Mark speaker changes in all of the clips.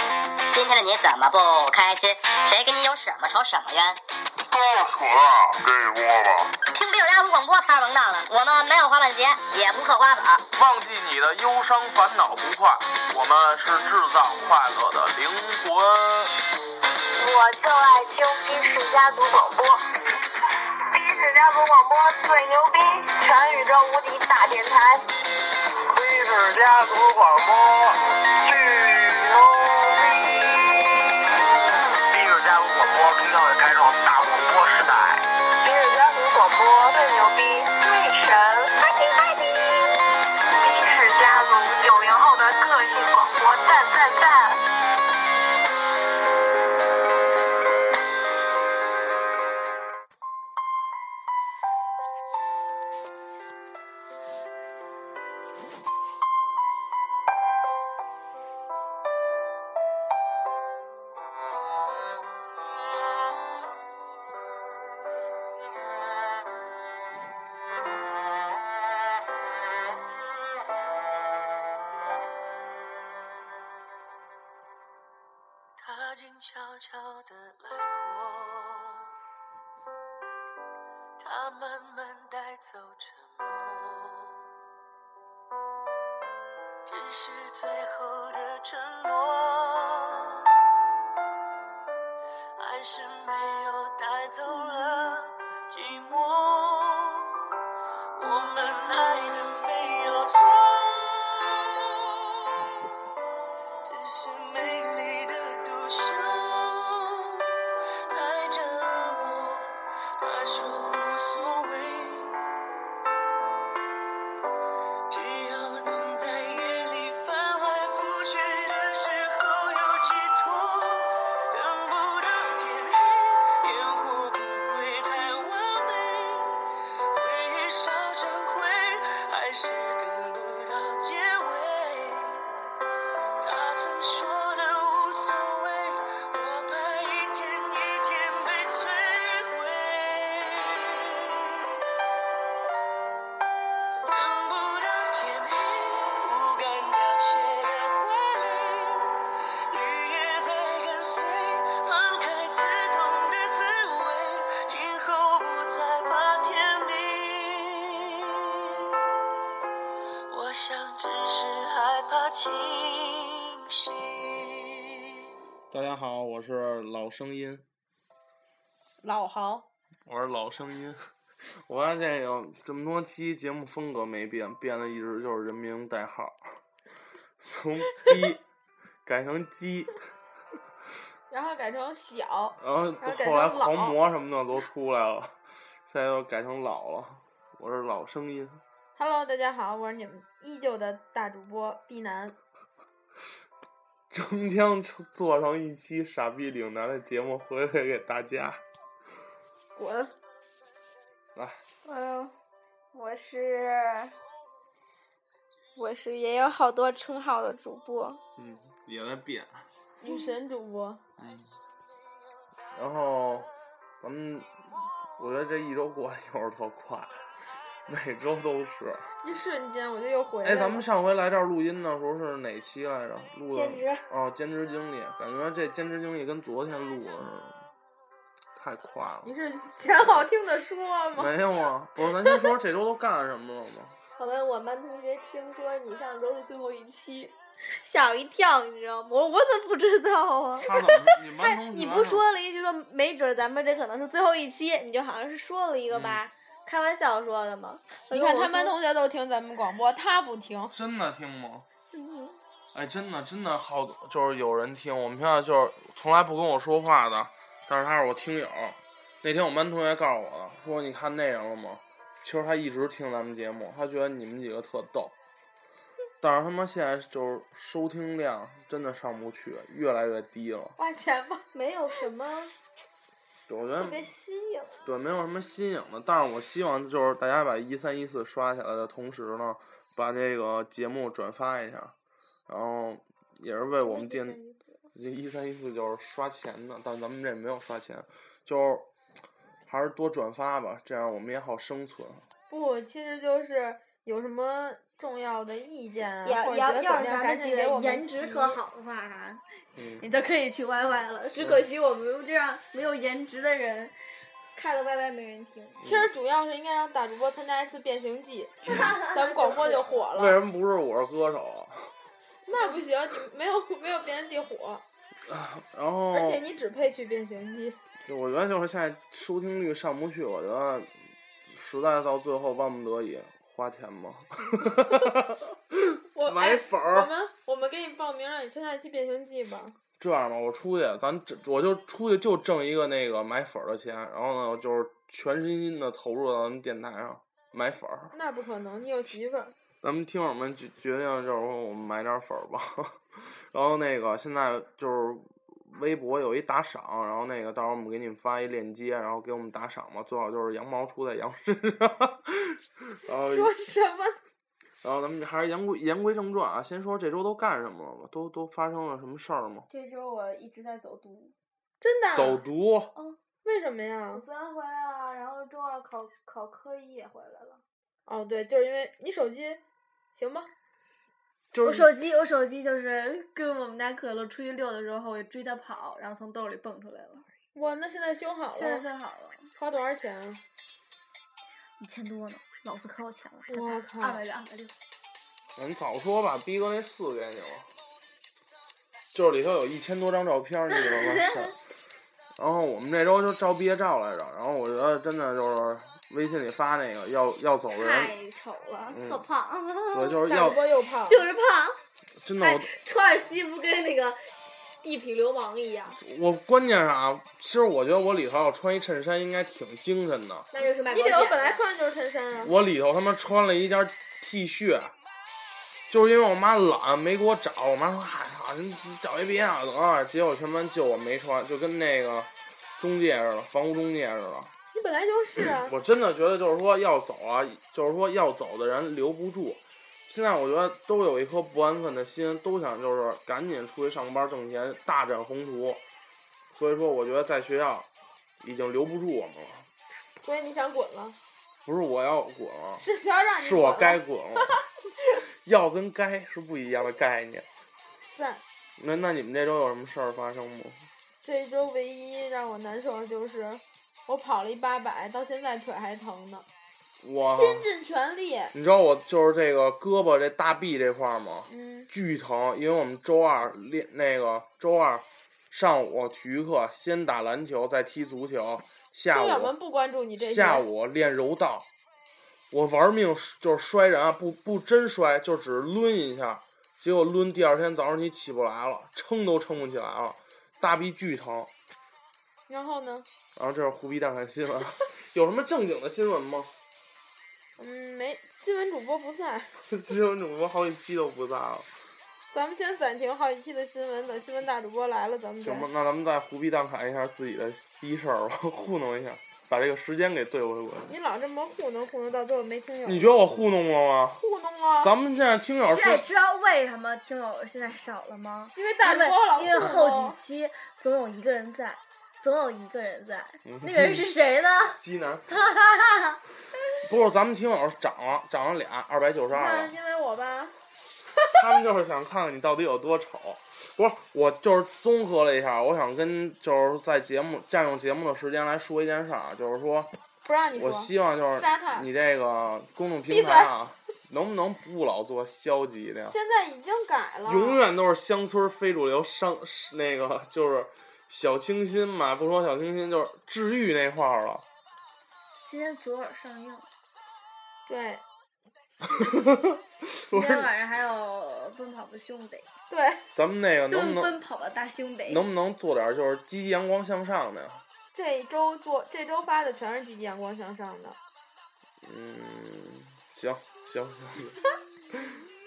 Speaker 1: 今天的你怎么不开心？谁跟你有什么仇什么怨？
Speaker 2: 够扯了，跟你说吧，
Speaker 1: 听北有亚舞广播才是王道的。我们没有滑板鞋，也不嗑瓜子儿。
Speaker 3: 忘记你的忧伤、烦恼、不快，我们是制造快乐的灵魂。
Speaker 4: 我就爱听逼世家族广播，逼世家族广播最牛逼，全宇宙无敌大电台。
Speaker 2: 黑市家族广播巨牛逼，黑市家族广播终将会开创大广播时代。
Speaker 4: 逼世家族广播最牛逼，最神，happy happy。逼世家族九零后的个性广播，赞赞赞！
Speaker 5: 他静悄悄地来过，他慢慢带走沉默，只是最后的承诺，还是没有带走了寂寞。我们爱的没有错。只是美丽的独秀太折磨。他说无所谓，只要能在夜里翻来覆去的时候有寄托。等不到天黑，烟火不会太完美。回忆烧成灰，还是等不到结尾。他曾说的无所谓，我怕一天一天被摧毁。等不到天黑，不敢凋谢的花蕾，绿叶在跟随，放开刺痛的滋味，今后不再怕天明。我想只是害怕清醒。
Speaker 6: 大家好，我是老声音，
Speaker 7: 老豪，
Speaker 6: 我是老声音。 我发现这个这么多期节目风格没变，变了一直就是人名代号， 从 逼改成 鸡，
Speaker 7: 然后改成小，
Speaker 6: 然后
Speaker 7: 改成
Speaker 6: 后来
Speaker 7: 老
Speaker 6: 狂魔什么的都出来了，现在又改成老了。我是老声音，
Speaker 7: Hello，大家好，我是你们依旧的大主播碧南。
Speaker 6: 终将成做成一期傻逼岭南的节目回馈给大家。
Speaker 7: 滚！
Speaker 6: 来，
Speaker 8: 嗯，我是我是也有好多称号的主播，
Speaker 6: 嗯，也在变。
Speaker 7: 女神主播，
Speaker 6: 然后咱们，我觉得这一周过得有点儿特快，每周都是。
Speaker 7: 一瞬间我就又回来
Speaker 6: 哎，
Speaker 7: 了。
Speaker 6: 咱们上回来这儿录音的时候是哪期来着？录的
Speaker 8: 兼职
Speaker 6: 哦，兼职经理，感觉这兼职经理跟昨天录的似的，太快了。
Speaker 7: 你是想好听的说吗？
Speaker 6: 没有啊，不是，咱先说说这周都干什么了吗？
Speaker 8: 我们我们同学听说你上周是最后一期，吓我一跳，你知道吗？我我怎么不知道啊？
Speaker 6: 他怎么？你们班
Speaker 8: 他
Speaker 6: 同学
Speaker 8: 你不说了一句说，没准儿咱们这可能是最后一期，你就好像是说了一个吧，开玩笑说的嘛。
Speaker 7: 嗯你看他们同学都听咱们广播，他不听。
Speaker 6: 真的听吗？
Speaker 8: 嗯
Speaker 6: 哎，真的真的好，就是有人听我们学校就是从来不跟我说话的，但是他是我听友。那天我们班同学告诉我的，说你看那人了吗？其实他一直听咱们节目，他觉得你们几个特逗。但是他妈现在就是收听量真的上不去，越来越低了。
Speaker 7: 花钱吧，
Speaker 8: 没有什么
Speaker 6: 我觉
Speaker 8: 特
Speaker 6: 得
Speaker 8: 别新颖。
Speaker 6: 对，没有什么新颖的，但是我希望就是大家把一三一四刷起来的同时呢，把这个节目转发一下，然后也是为我们电这一三一四就是刷钱的，但咱们这没有刷钱，就是还是多转发吧，这样我们也好生存。
Speaker 7: 不，其实就是有什么重要的意见啊，
Speaker 8: 要
Speaker 7: 或者觉
Speaker 8: 要
Speaker 7: 得
Speaker 8: 要
Speaker 7: 怎么
Speaker 8: 是
Speaker 7: 样，
Speaker 8: 咱
Speaker 7: 赶
Speaker 8: 们
Speaker 7: 紧
Speaker 8: 几
Speaker 7: 给
Speaker 8: 个
Speaker 7: 我们
Speaker 8: 颜值
Speaker 7: 提
Speaker 8: 特，好的话哈，
Speaker 6: 嗯
Speaker 8: 你都可以去 YY 了。只可惜我们这样没有颜值的人，开了 YY 没人 听。
Speaker 7: 其实主要是应该让大主播参加一次变形记，
Speaker 8: 啊
Speaker 7: 咱们广播就火
Speaker 6: 为
Speaker 7: 了。
Speaker 6: 什么不是我是歌手？
Speaker 7: 那不行，你没有没有变形记
Speaker 6: 哦
Speaker 7: 火，
Speaker 6: 然后，
Speaker 7: 而且你只配去变形记。
Speaker 6: 我觉得就是现在收听率上不去，我觉得实在到最后万不得已花钱嘛。
Speaker 7: 我
Speaker 6: 买
Speaker 7: 哎
Speaker 6: 粉儿
Speaker 7: 我们我们给你报名，让你参加一期变形记吧。
Speaker 6: 这样吧，我出去，咱只我就出去就挣一个那个买粉儿的钱，然后呢，我就是全身心的投入到咱们电台上买粉儿。
Speaker 7: 那不可能，你有媳妇儿。
Speaker 6: 咱们听友们决决定就是说我们买点粉儿吧， 然后那个现在就是微博有一打赏，然后那个到时候我们给你们发一链接，然后给我们打赏嘛，最好就是羊毛出在羊身上， 然后
Speaker 7: 说什么？
Speaker 6: 然后咱们还是言归言归正传啊，先说这周都干什么了吧？都都发生了什么事儿吗？
Speaker 8: 这周我一直在走读，
Speaker 7: 真的啊？
Speaker 6: 走读，
Speaker 7: 为什么呀
Speaker 8: 我？昨天回来了，然后周二考考科一也回来了。
Speaker 7: 哦，对，就是因为你手机，行吧？
Speaker 6: 就
Speaker 8: 我
Speaker 6: 是
Speaker 8: 手机，我手机就是跟我们家可乐出去遛的时候，我追它跑，然后从兜里蹦出来了。
Speaker 7: 哇，那现在修好
Speaker 8: 现在
Speaker 7: 了，
Speaker 8: 算好了，
Speaker 7: 花多少钱啊？
Speaker 8: 一千多呢，老子可有钱了，
Speaker 7: 我靠
Speaker 8: 二百六，二百六。
Speaker 6: 你早说吧，逼哥那四给你了，就是里头有一千多张照片，你知道吗？然后我们这周就照毕业照来着，然后我觉得真的就是微信里发那个要要走的人，
Speaker 8: 太丑了，
Speaker 6: 嗯
Speaker 8: 特胖，
Speaker 6: 我就是
Speaker 7: 大
Speaker 6: 要
Speaker 7: 主播又胖，
Speaker 8: 就是胖。
Speaker 6: 真的
Speaker 8: 哎
Speaker 6: 我，
Speaker 8: 土耳其不跟那个地痞流氓一样，
Speaker 6: 我关键是啊，其实我觉得我里头要穿一衬衫应该挺精神的，
Speaker 8: 那就是卖
Speaker 7: 你
Speaker 8: 保
Speaker 7: 给
Speaker 8: 险的。
Speaker 7: 我本来穿的就是衬衫啊。
Speaker 6: 我里头他妈穿了一件 T 恤，就是因为我妈懒没给我找，我妈说嗨，好你找一别的得，啊结果全班就我没穿，就跟那个中介似的，房屋中介似的。
Speaker 7: 你本来就是啊。
Speaker 6: 我真的觉得就是说要走啊，就是说要走的人留不住。现在我觉得都有一颗不安分的心，都想就是赶紧出去上班挣钱，大展宏图。所以说，我觉得在学校已经留不住我们了。
Speaker 7: 所以你想滚了？
Speaker 6: 不是我要滚啊了，
Speaker 7: 是学校让你
Speaker 6: 是
Speaker 7: 滚了
Speaker 6: 我该滚了。要跟该是不一样的概念。
Speaker 7: 在
Speaker 6: 那那你们这周有什么事儿发生吗？
Speaker 7: 这一周唯一让我难受的就是，我跑了一八百，到现在腿还疼呢，
Speaker 6: 我，
Speaker 7: 拼尽全力。
Speaker 6: 你知道我就是这个胳膊这大臂这块儿吗？
Speaker 7: 嗯，
Speaker 6: 巨疼，因为我们周二练那个周二上午体育课先打篮球，再踢足球，下
Speaker 7: 听友们
Speaker 6: 午
Speaker 7: 不关注你这些。
Speaker 6: 下午练柔道，我玩命就是摔人啊，不不真摔，就只是抡一下，结果抡第二天早上你起不来了，撑都撑不起来了，大臂巨疼。
Speaker 7: 然后呢？
Speaker 6: 然后这是胡逼蛋看新闻， 有什么正经的新闻吗？
Speaker 7: 嗯，没新闻主播不在，
Speaker 6: 新闻主播好几期都不在了，
Speaker 7: 咱们先暂停好几期的新闻，等新闻大主播来了，咱们再
Speaker 6: 行吧，那咱们再胡逼蛋侃一下自己的逼事儿吧， 糊弄一下，把这个时间给对回过去。
Speaker 7: 你老这么糊弄糊弄，到最后没听友。
Speaker 6: 你觉得我糊弄了吗？
Speaker 7: 糊弄啊？
Speaker 6: 咱们现在听友
Speaker 8: 这
Speaker 6: 这
Speaker 8: 知道为什么听友现在少了吗？
Speaker 7: 因为大
Speaker 8: 因
Speaker 7: 主
Speaker 8: 为
Speaker 7: 播老糊
Speaker 8: 因为
Speaker 7: 弄。
Speaker 8: 后几期总有一个人在，总有一个人在，
Speaker 6: 嗯
Speaker 8: 那个人是谁呢？
Speaker 6: 鸡男，不是咱们听友涨了，涨了俩，二百九十二
Speaker 7: 那
Speaker 6: 了。
Speaker 7: 因为我吧，
Speaker 6: 他们就是想看看你到底有多丑。不是，我就是综合了一下，我想跟就是在节目占用节目的时间来说一件事儿啊，就是说。
Speaker 7: 不让你说
Speaker 6: 我。希望就是
Speaker 7: 杀他
Speaker 6: 你这个公众平台啊，能不能不老做消极的呀？
Speaker 7: 现在已经改了。
Speaker 6: 永远都是乡村非主流商是那个就是小清新嘛，不说小清新就是治愈那块儿了。
Speaker 8: 今天左耳上映，
Speaker 7: 对
Speaker 8: 今
Speaker 6: 不是
Speaker 8: 天晚上还有《奔跑吧兄弟
Speaker 7: 对，
Speaker 6: 咱们那个》，能
Speaker 8: 奔
Speaker 6: 不能
Speaker 8: 奔跑吧大兄弟，
Speaker 6: 能不能做点就是积极阳光向上的呀？
Speaker 7: 这周做这周发的全是积极阳光向上的。
Speaker 6: 嗯，行行行。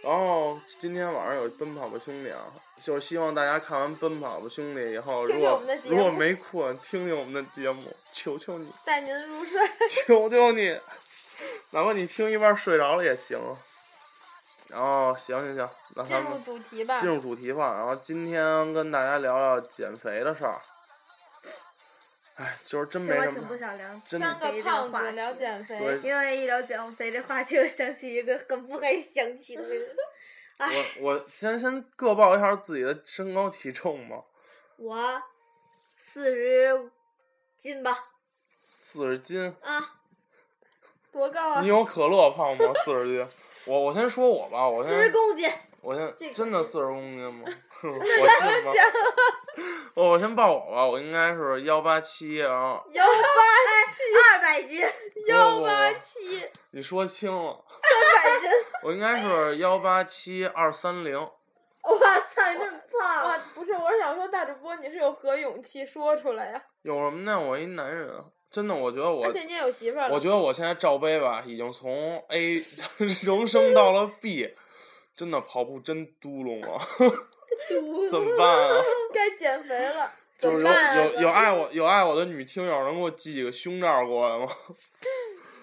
Speaker 6: 然后今天晚上有《奔跑吧兄弟》啊，就是希望大家看完《奔跑吧兄弟》以后，
Speaker 7: 听
Speaker 6: 如
Speaker 7: 听
Speaker 6: 果
Speaker 7: 我们的节
Speaker 6: 如果
Speaker 7: 目
Speaker 6: 没困，听听我们的节目，求求你，
Speaker 7: 带您入睡。
Speaker 6: 求求你，哪怕你听一半睡着了也行。然后行行行，那
Speaker 7: 进
Speaker 6: 咱
Speaker 7: 入
Speaker 6: 们
Speaker 7: 主题吧
Speaker 6: 进。入主题吧。然后今天跟大家聊聊减肥的事儿。哎，就是真
Speaker 8: 其
Speaker 6: 没
Speaker 8: 实我
Speaker 6: 什
Speaker 8: 挺不
Speaker 6: 么。
Speaker 8: 想聊
Speaker 6: 真
Speaker 7: 三
Speaker 6: 的
Speaker 7: 个
Speaker 8: 肥这
Speaker 7: 胖
Speaker 8: 个话
Speaker 7: 子
Speaker 8: 题，
Speaker 7: 聊减肥，
Speaker 6: 对，
Speaker 8: 因为一聊减肥这话题，我想起一个很不该想起的人。哎，
Speaker 6: 我我先先各报一下自己的身高体重吧，
Speaker 7: 啊
Speaker 8: 我四十斤吧，
Speaker 6: 四十斤。
Speaker 8: 啊，
Speaker 7: 多高啊
Speaker 6: 你？有可乐胖吗？四十斤。我我先说我吧，我
Speaker 8: 四十
Speaker 6: 先
Speaker 8: 公斤，
Speaker 6: 我
Speaker 8: 这
Speaker 6: 先
Speaker 8: 个
Speaker 6: 真的四十公斤 吗？我信吗？我我先报我吧，我应该是幺八七，啊然后
Speaker 7: 幺八七，
Speaker 8: 哎二百斤，
Speaker 7: 幺八七，
Speaker 6: 你说轻了，
Speaker 7: 三百斤，
Speaker 6: 我应该是幺八七二三零。
Speaker 8: 我操，你那么
Speaker 7: 哇
Speaker 8: 胖，，
Speaker 7: 不是，我是想说大主播，你是有何勇气说出来呀、
Speaker 6: 有什么呢？我一男人，啊真的，我觉得我
Speaker 7: 而且你也有媳妇儿了，
Speaker 6: 我觉得我现在罩杯吧，已经从 A 荣升到了 B，真的跑步真嘟噜啊， 怎么办啊？
Speaker 7: 该减肥了。
Speaker 6: 就
Speaker 7: 怎
Speaker 6: 是
Speaker 7: 么
Speaker 6: 有
Speaker 7: 办啊
Speaker 6: 有有爱我有爱我的女听友能给我寄几个胸罩过来吗？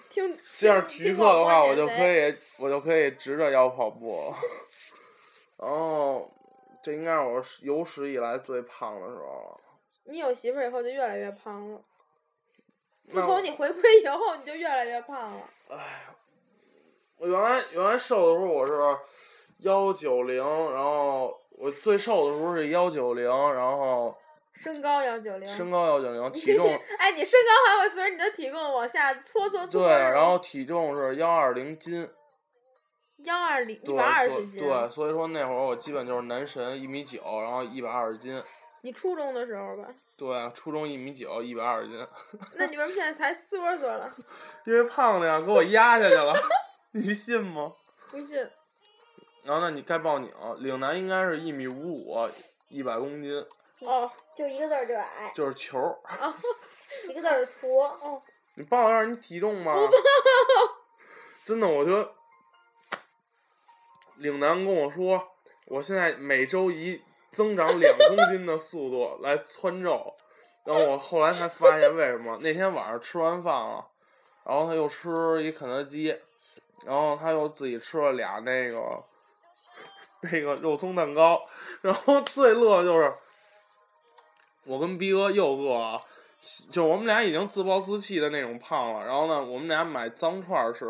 Speaker 7: 听
Speaker 6: 这样
Speaker 7: 听
Speaker 6: 体育
Speaker 7: 听
Speaker 6: 课的话，
Speaker 7: 广播
Speaker 6: 我就
Speaker 7: 减
Speaker 6: 可
Speaker 7: 肥
Speaker 6: 以我就可以直着腰跑步。然后，这应该是我是有史以来最胖的时候了。
Speaker 7: 你有媳妇儿以后就越来越胖了。自
Speaker 6: 那我
Speaker 7: 从你回归以后，你就越来越胖了。
Speaker 6: 我原来原来瘦的时候我是幺九零，然后我最瘦的时候是幺九零，然后
Speaker 7: 身高幺九零，
Speaker 6: 身高幺九零，体重
Speaker 7: 哎，你身高还会随着你的体重往下搓搓搓。
Speaker 6: 对，啊然后体重是幺二零斤，
Speaker 7: 幺二零一
Speaker 6: 对
Speaker 7: 百二十
Speaker 6: 对
Speaker 7: 斤。
Speaker 6: 对，所以说那会儿我基本就是男神一米九，然后一百二十斤，
Speaker 7: 你初中的时候吧？
Speaker 6: 对，初中一米九，一百二十斤，
Speaker 7: 那你为什么现在才缩缩了？
Speaker 6: 因为胖的呀给我压下去 了，你信吗？
Speaker 7: 不信，
Speaker 6: 然后那你该报你了，岭南应该是一米五五，一百公斤，
Speaker 7: 哦，
Speaker 8: 就一个字儿就是矮，
Speaker 6: 就是球儿。
Speaker 8: 一个字儿矬。哦，
Speaker 6: 你报一下你体重吧。真的，我觉得岭南跟我说，我现在每周以增长两公斤的速度来窜肉，然后我后来才发现为什么。那天晚上吃完饭啊，然后他又吃一肯德基，然后他又自己吃了俩那个那个肉松蛋糕，然后最乐就是我跟逼哥又饿啊。就我们俩已经自暴自弃的那种胖了。然后呢，我们俩买脏串儿吃，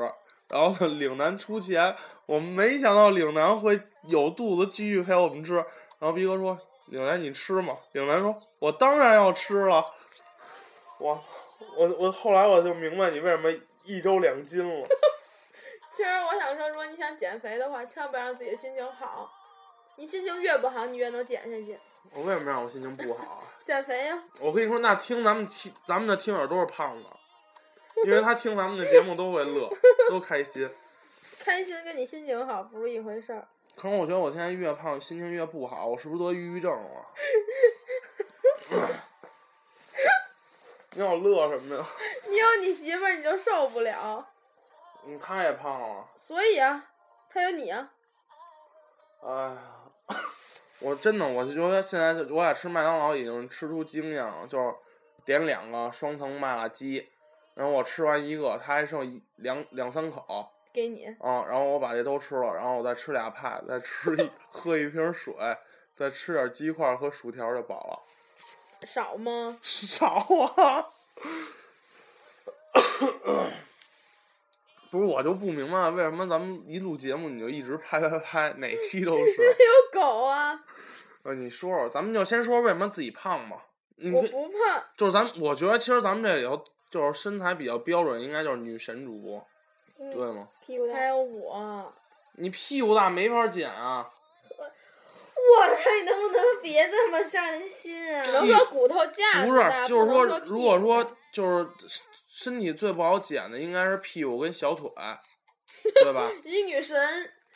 Speaker 6: 然后呢，岭南出钱，我们没想到岭南会有肚子继续陪我们吃。然后逼哥说：“岭南，你吃吗？”岭南说：“我当然要吃了。我”我我后来我就明白你为什么一周两斤了。
Speaker 7: 其实我想说，如果你想减肥的话，千万不要让自己的心情好。你心情越不好，你越能减下去。
Speaker 6: 我为什么让我心情不好啊？
Speaker 7: 减肥呀、
Speaker 6: 我跟你说，那听咱们听咱们的听友都是胖子，因为他听咱们的节目都会乐，都开心。
Speaker 7: 开心跟你心情好不是一回事儿。
Speaker 6: 可是我觉得我现在越胖，心情越不好，我是不是得抑郁症了？你让我乐什么呀？
Speaker 7: 你有你媳妇儿，你就受不了。
Speaker 6: 你他也胖了，
Speaker 7: 所以啊，他有你啊，
Speaker 6: 哎呀，我真的，我就觉得现在就我俩吃麦当劳已经吃出经验了，就是点两个双层麦辣鸡，然后我吃完一个，他还剩一两两三口，
Speaker 7: 给你。
Speaker 6: 啊，然后我把这都吃了，然后我再吃俩派，再吃一喝一瓶水，再吃点鸡块和薯条就饱了。
Speaker 7: 少吗？。
Speaker 6: 少啊！ 不是，我就不明白为什么咱们一录节目你就一直拍拍拍，哪期都是
Speaker 7: 有狗啊！
Speaker 6: 呃，你说说，咱们就先说为什么自己胖吧。你
Speaker 7: 我
Speaker 6: 可以
Speaker 7: 不胖，
Speaker 6: 就是咱，我觉得其实咱们这里头就是身材比较标准，应该就是女神主播，
Speaker 7: 嗯
Speaker 6: 对吗？
Speaker 8: 屁股
Speaker 7: 还有我。
Speaker 6: 你屁股大没法减啊，
Speaker 8: 我操，你能不能别这么伤人心啊？
Speaker 7: 能说骨头架
Speaker 6: 不
Speaker 7: 子
Speaker 6: 是
Speaker 7: 大，
Speaker 6: 就是
Speaker 7: 不
Speaker 6: 说，
Speaker 7: 能说屁
Speaker 6: 如果
Speaker 7: 股
Speaker 6: 说就是身体最不好减的，应该是屁股跟小 腿，对吧？
Speaker 7: 一女神，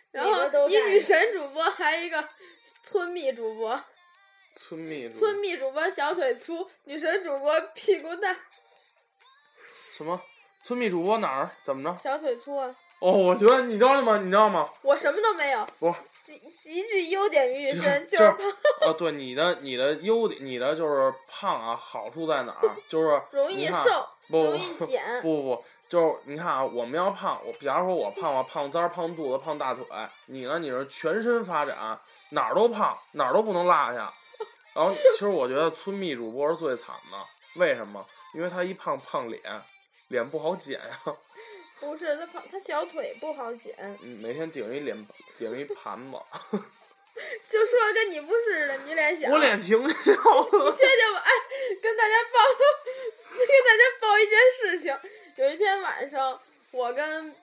Speaker 7: 然
Speaker 8: 每个
Speaker 7: 后
Speaker 8: 都
Speaker 7: 一
Speaker 8: 干
Speaker 7: 女
Speaker 8: 着
Speaker 7: 神主播，还一个村蜜主播，
Speaker 6: 村蜜主
Speaker 7: 村蜜主播小腿粗，女神主播屁股大，
Speaker 6: 什么？村蜜主播哪儿？怎么着？
Speaker 7: 小腿粗啊！
Speaker 6: 哦，我觉得你知道吗？你知道吗？
Speaker 7: 我什么都没有，
Speaker 6: 不，
Speaker 7: 极极具优点于一 身，就
Speaker 6: 就是是
Speaker 7: 胖，
Speaker 6: 哦，对，你的你的优点，你的就是胖啊，好处在哪 儿？就是
Speaker 7: 容
Speaker 6: 你
Speaker 7: 易
Speaker 6: 看
Speaker 7: 瘦，
Speaker 6: 不
Speaker 7: 容易减
Speaker 6: 不不不，就是你看啊，我们要胖，我假如说我胖吧，胖腮儿、胖肚子、胖大腿，你呢，你是全身发展，哪儿都胖，哪儿都不能落下。然后其实我觉得村蜜主播是最惨的，为什么？因为他一胖胖脸，脸不好减呀、
Speaker 7: 不是他跑，他小腿不好减，
Speaker 6: 你每天顶一脸顶一盘子，
Speaker 7: 就说得跟你不似的，你脸 小。啊
Speaker 6: 我脸挺小 的。
Speaker 7: 这就哎，跟大家报，跟大家报一件事情。有一天晚上，我跟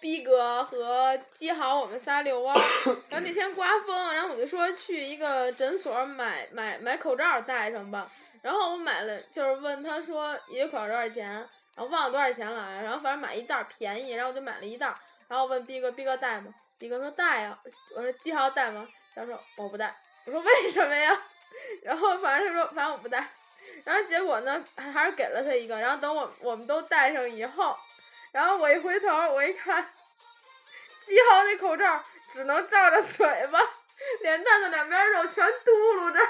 Speaker 7: 逼哥和基豪我们仨遛弯儿，然后那天刮风，然后我就说去一个诊所买买买口罩戴上吧。然后我买了，就是问他说一个口罩多少钱，然后忘了多少钱了啊，然后反正买一袋儿便宜，然后我就买了一袋儿，然后问逼哥逼哥戴吗？逼哥说戴呀、我说基豪戴吗？他说我不戴，我说为什么呀？然后反正他说，反正我不戴。然后结果呢，还还是给了他一个。然后等我我们都戴上以后，然后我一回头，我一看，基浩那口罩只能罩着嘴巴，脸蛋子两边肉全嘟噜着。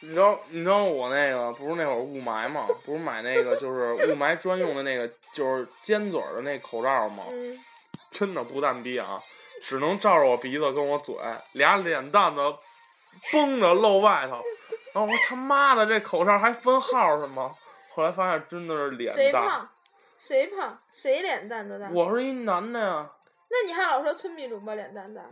Speaker 6: 你知道你知道我那个不是那会儿雾霾吗？不是买那个就是雾霾专用的那个就是尖嘴儿的那口罩吗？
Speaker 7: 嗯，
Speaker 6: 真的不蛋逼啊，只能照着我鼻子跟我嘴，俩脸蛋子绷着露外头。然后我说他妈的这口罩还分号是吗？后来发现真的是脸
Speaker 7: 谁
Speaker 6: 大。
Speaker 7: 胖？谁胖？谁脸蛋子大？
Speaker 6: 我是一男的呀，
Speaker 7: 那你还老说村比主播脸蛋大？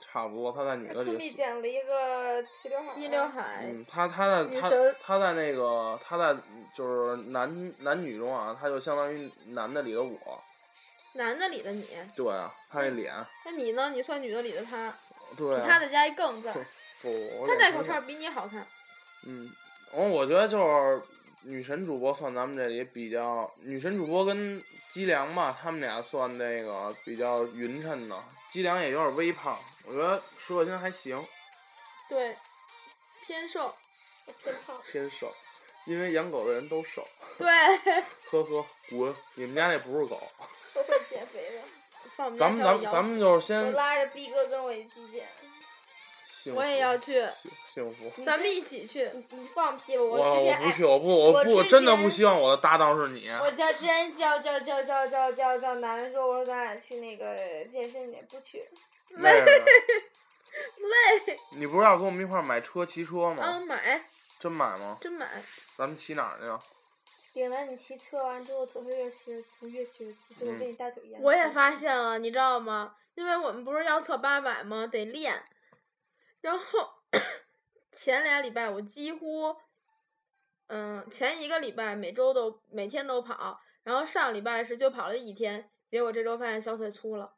Speaker 6: 差不多他在女的
Speaker 8: 村里
Speaker 6: 里。
Speaker 8: 捡了一个齐刘海儿，
Speaker 7: 西刘海，
Speaker 6: 嗯，他他在
Speaker 7: 女
Speaker 6: 他
Speaker 7: 神
Speaker 6: 他在那个他在就是男男女中啊，他就相当于男的里的我，
Speaker 7: 男的里的你，
Speaker 6: 对啊，他那脸，
Speaker 7: 那你呢？你算女的里的他，
Speaker 6: 对啊，
Speaker 7: 比嗯他再加一更字儿，
Speaker 6: 不，我
Speaker 7: 他
Speaker 6: 脸
Speaker 7: 戴
Speaker 6: 挺
Speaker 7: 口
Speaker 6: 小
Speaker 7: 罩比你好看。
Speaker 6: 嗯，然后我觉得就是女神主播算咱们这里比较，女神主播跟姬良吧，他们俩算那个比较匀称的。姬良也有点微胖，我觉得石可欣还行，
Speaker 7: 对，偏瘦。
Speaker 8: 真胖。
Speaker 6: 偏瘦，因为养狗的人都瘦。
Speaker 7: 对，
Speaker 6: 呵呵，滚！你们家那不是狗。
Speaker 8: 都会减肥的。
Speaker 7: 放我们家
Speaker 6: 咱们
Speaker 7: 稍
Speaker 6: 咱
Speaker 7: 微
Speaker 6: 们
Speaker 7: 摇
Speaker 6: 咱们就是
Speaker 8: 我
Speaker 6: 先
Speaker 8: 拉着逼哥跟我一起减，
Speaker 6: 幸福，
Speaker 7: 我也要去，
Speaker 6: 幸幸福。
Speaker 7: 咱们一起去。
Speaker 8: 你你放屁了！
Speaker 6: 我
Speaker 8: 之
Speaker 6: 我
Speaker 8: 前
Speaker 6: 不
Speaker 8: 哎
Speaker 6: 去，我不我
Speaker 8: 我
Speaker 6: 不我
Speaker 8: 之
Speaker 6: 真的
Speaker 8: 前
Speaker 6: 不希望我的搭档是你。
Speaker 8: 我叫之前叫叫叫叫叫叫叫楠楠说，我说咱俩去那个健身去，不去。
Speaker 6: 为什 么？你不是要跟我们一块儿买车骑车
Speaker 7: 啊，
Speaker 6: 吗？
Speaker 8: 嗯
Speaker 7: 买，
Speaker 6: 真买吗？
Speaker 7: 真买。
Speaker 6: 咱们骑哪儿去啊？
Speaker 8: 顶楠，你骑车完之后腿会越骑越粗，越骑越粗，最后
Speaker 6: 嗯
Speaker 8: 跟你大腿一样粗。
Speaker 7: 我也发现了，你知道吗？因为我们不是要测八百吗？得练。然后 前俩礼拜我几乎，嗯，前一个礼拜每周都每天都跑，然后上礼拜是就跑了一天，结果这周发现小腿粗了，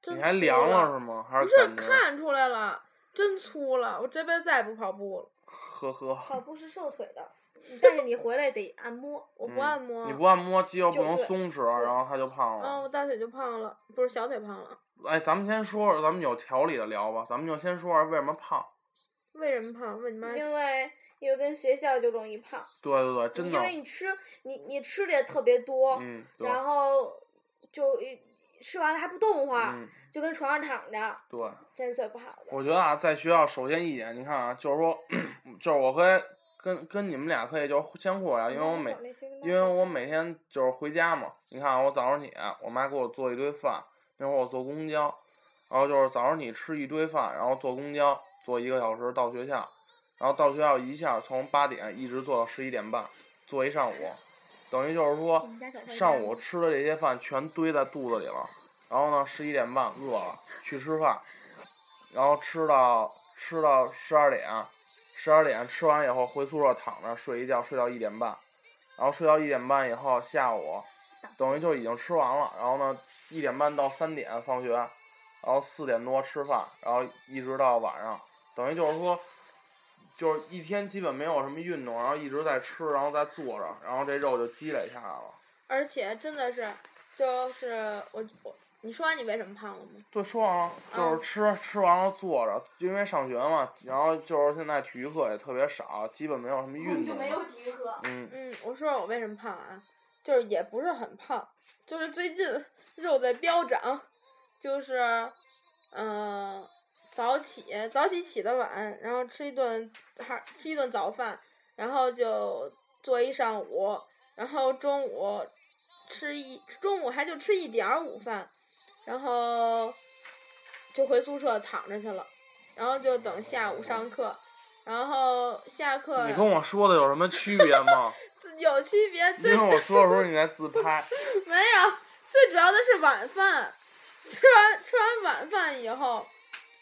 Speaker 7: 真
Speaker 6: 你还
Speaker 7: 粗
Speaker 6: 凉
Speaker 7: 了
Speaker 6: 了是吗？还
Speaker 7: 不
Speaker 6: 是
Speaker 7: 是
Speaker 6: 感觉？
Speaker 7: 看出来了，真粗了，我这辈子再也不跑步了。
Speaker 6: 呵呵，
Speaker 8: 跑步是瘦腿的，但是你回来得 按摩。
Speaker 7: 我
Speaker 6: 嗯
Speaker 7: 不按摩，
Speaker 6: 你不按摩，肌肉不
Speaker 8: 就
Speaker 6: 能
Speaker 8: 对嗯
Speaker 6: 松弛，然后它就胖
Speaker 7: 啊，
Speaker 6: 了。
Speaker 7: 我大腿就胖了，不是小腿胖了。
Speaker 6: 哎，咱们先说说，咱们有条理的聊吧。咱们就先说说为什么胖。
Speaker 7: 为什么胖？问你妈。
Speaker 8: 因为因为跟学校就容易胖，
Speaker 6: 对对对，真
Speaker 8: 因为
Speaker 6: 的。哦
Speaker 8: 你吃你你吃的也特别多，
Speaker 6: 嗯，对，
Speaker 8: 然后就一吃完了还不动会儿，
Speaker 6: 嗯，
Speaker 8: 就跟床上躺着，
Speaker 6: 对。
Speaker 8: 这是最不好的。
Speaker 6: 我觉得啊，在学校首先一点，你看啊，就是说，就是我可以跟跟你们俩可以就是相互啊，因为我每因为我每天就是回家嘛，你看啊我早上起来，我妈给我做一堆饭，那会儿我坐公交，然后就是早上你吃一堆饭，然后坐公交坐一个小时到学校，然后到学校一下从八点一直坐到十一点半，坐一上午，等于就是说上午吃的这些饭全堆在肚子里了，然后呢十一点半饿了去吃饭，然后吃到吃到十二点，十二点吃完以后回宿舍躺着睡一觉，睡到一点半。然后睡到一点半以后，下午等于就已经吃完了。然后呢，一点半到三点放学，然后四点多吃饭，然后一直到晚上，等于就是说，就是一天基本没有什么运动，然后一直在吃，然后在坐着，然后这肉就积累下来了。
Speaker 7: 而且真的是，就是我我，你说你为什么胖了吗？
Speaker 6: 对，说完了，就是
Speaker 7: 嗯
Speaker 6: 吃、吃完了坐着，因为上学嘛，然后就是现在体育课也特别少，基本没有什么
Speaker 7: 哦
Speaker 9: 嗯
Speaker 6: 运动了。
Speaker 8: 体育课。
Speaker 6: 嗯，
Speaker 7: 嗯，我说我为什么胖啊？就是也不是很胖，就是最近 肉在飙涨，就是，嗯、早起早起起得晚，然后吃一顿还吃一顿早饭，然后就坐一上午，然后中午吃一中午还就吃一点儿午饭，然后就回宿舍躺着去了，然后就等下午上课，然后下课
Speaker 6: 你跟我说的有什么区别吗？
Speaker 7: 自有区别，最
Speaker 6: 因为我说的时候你在自拍，
Speaker 7: 没有，最主要的是晚饭，吃完吃完晚饭以后，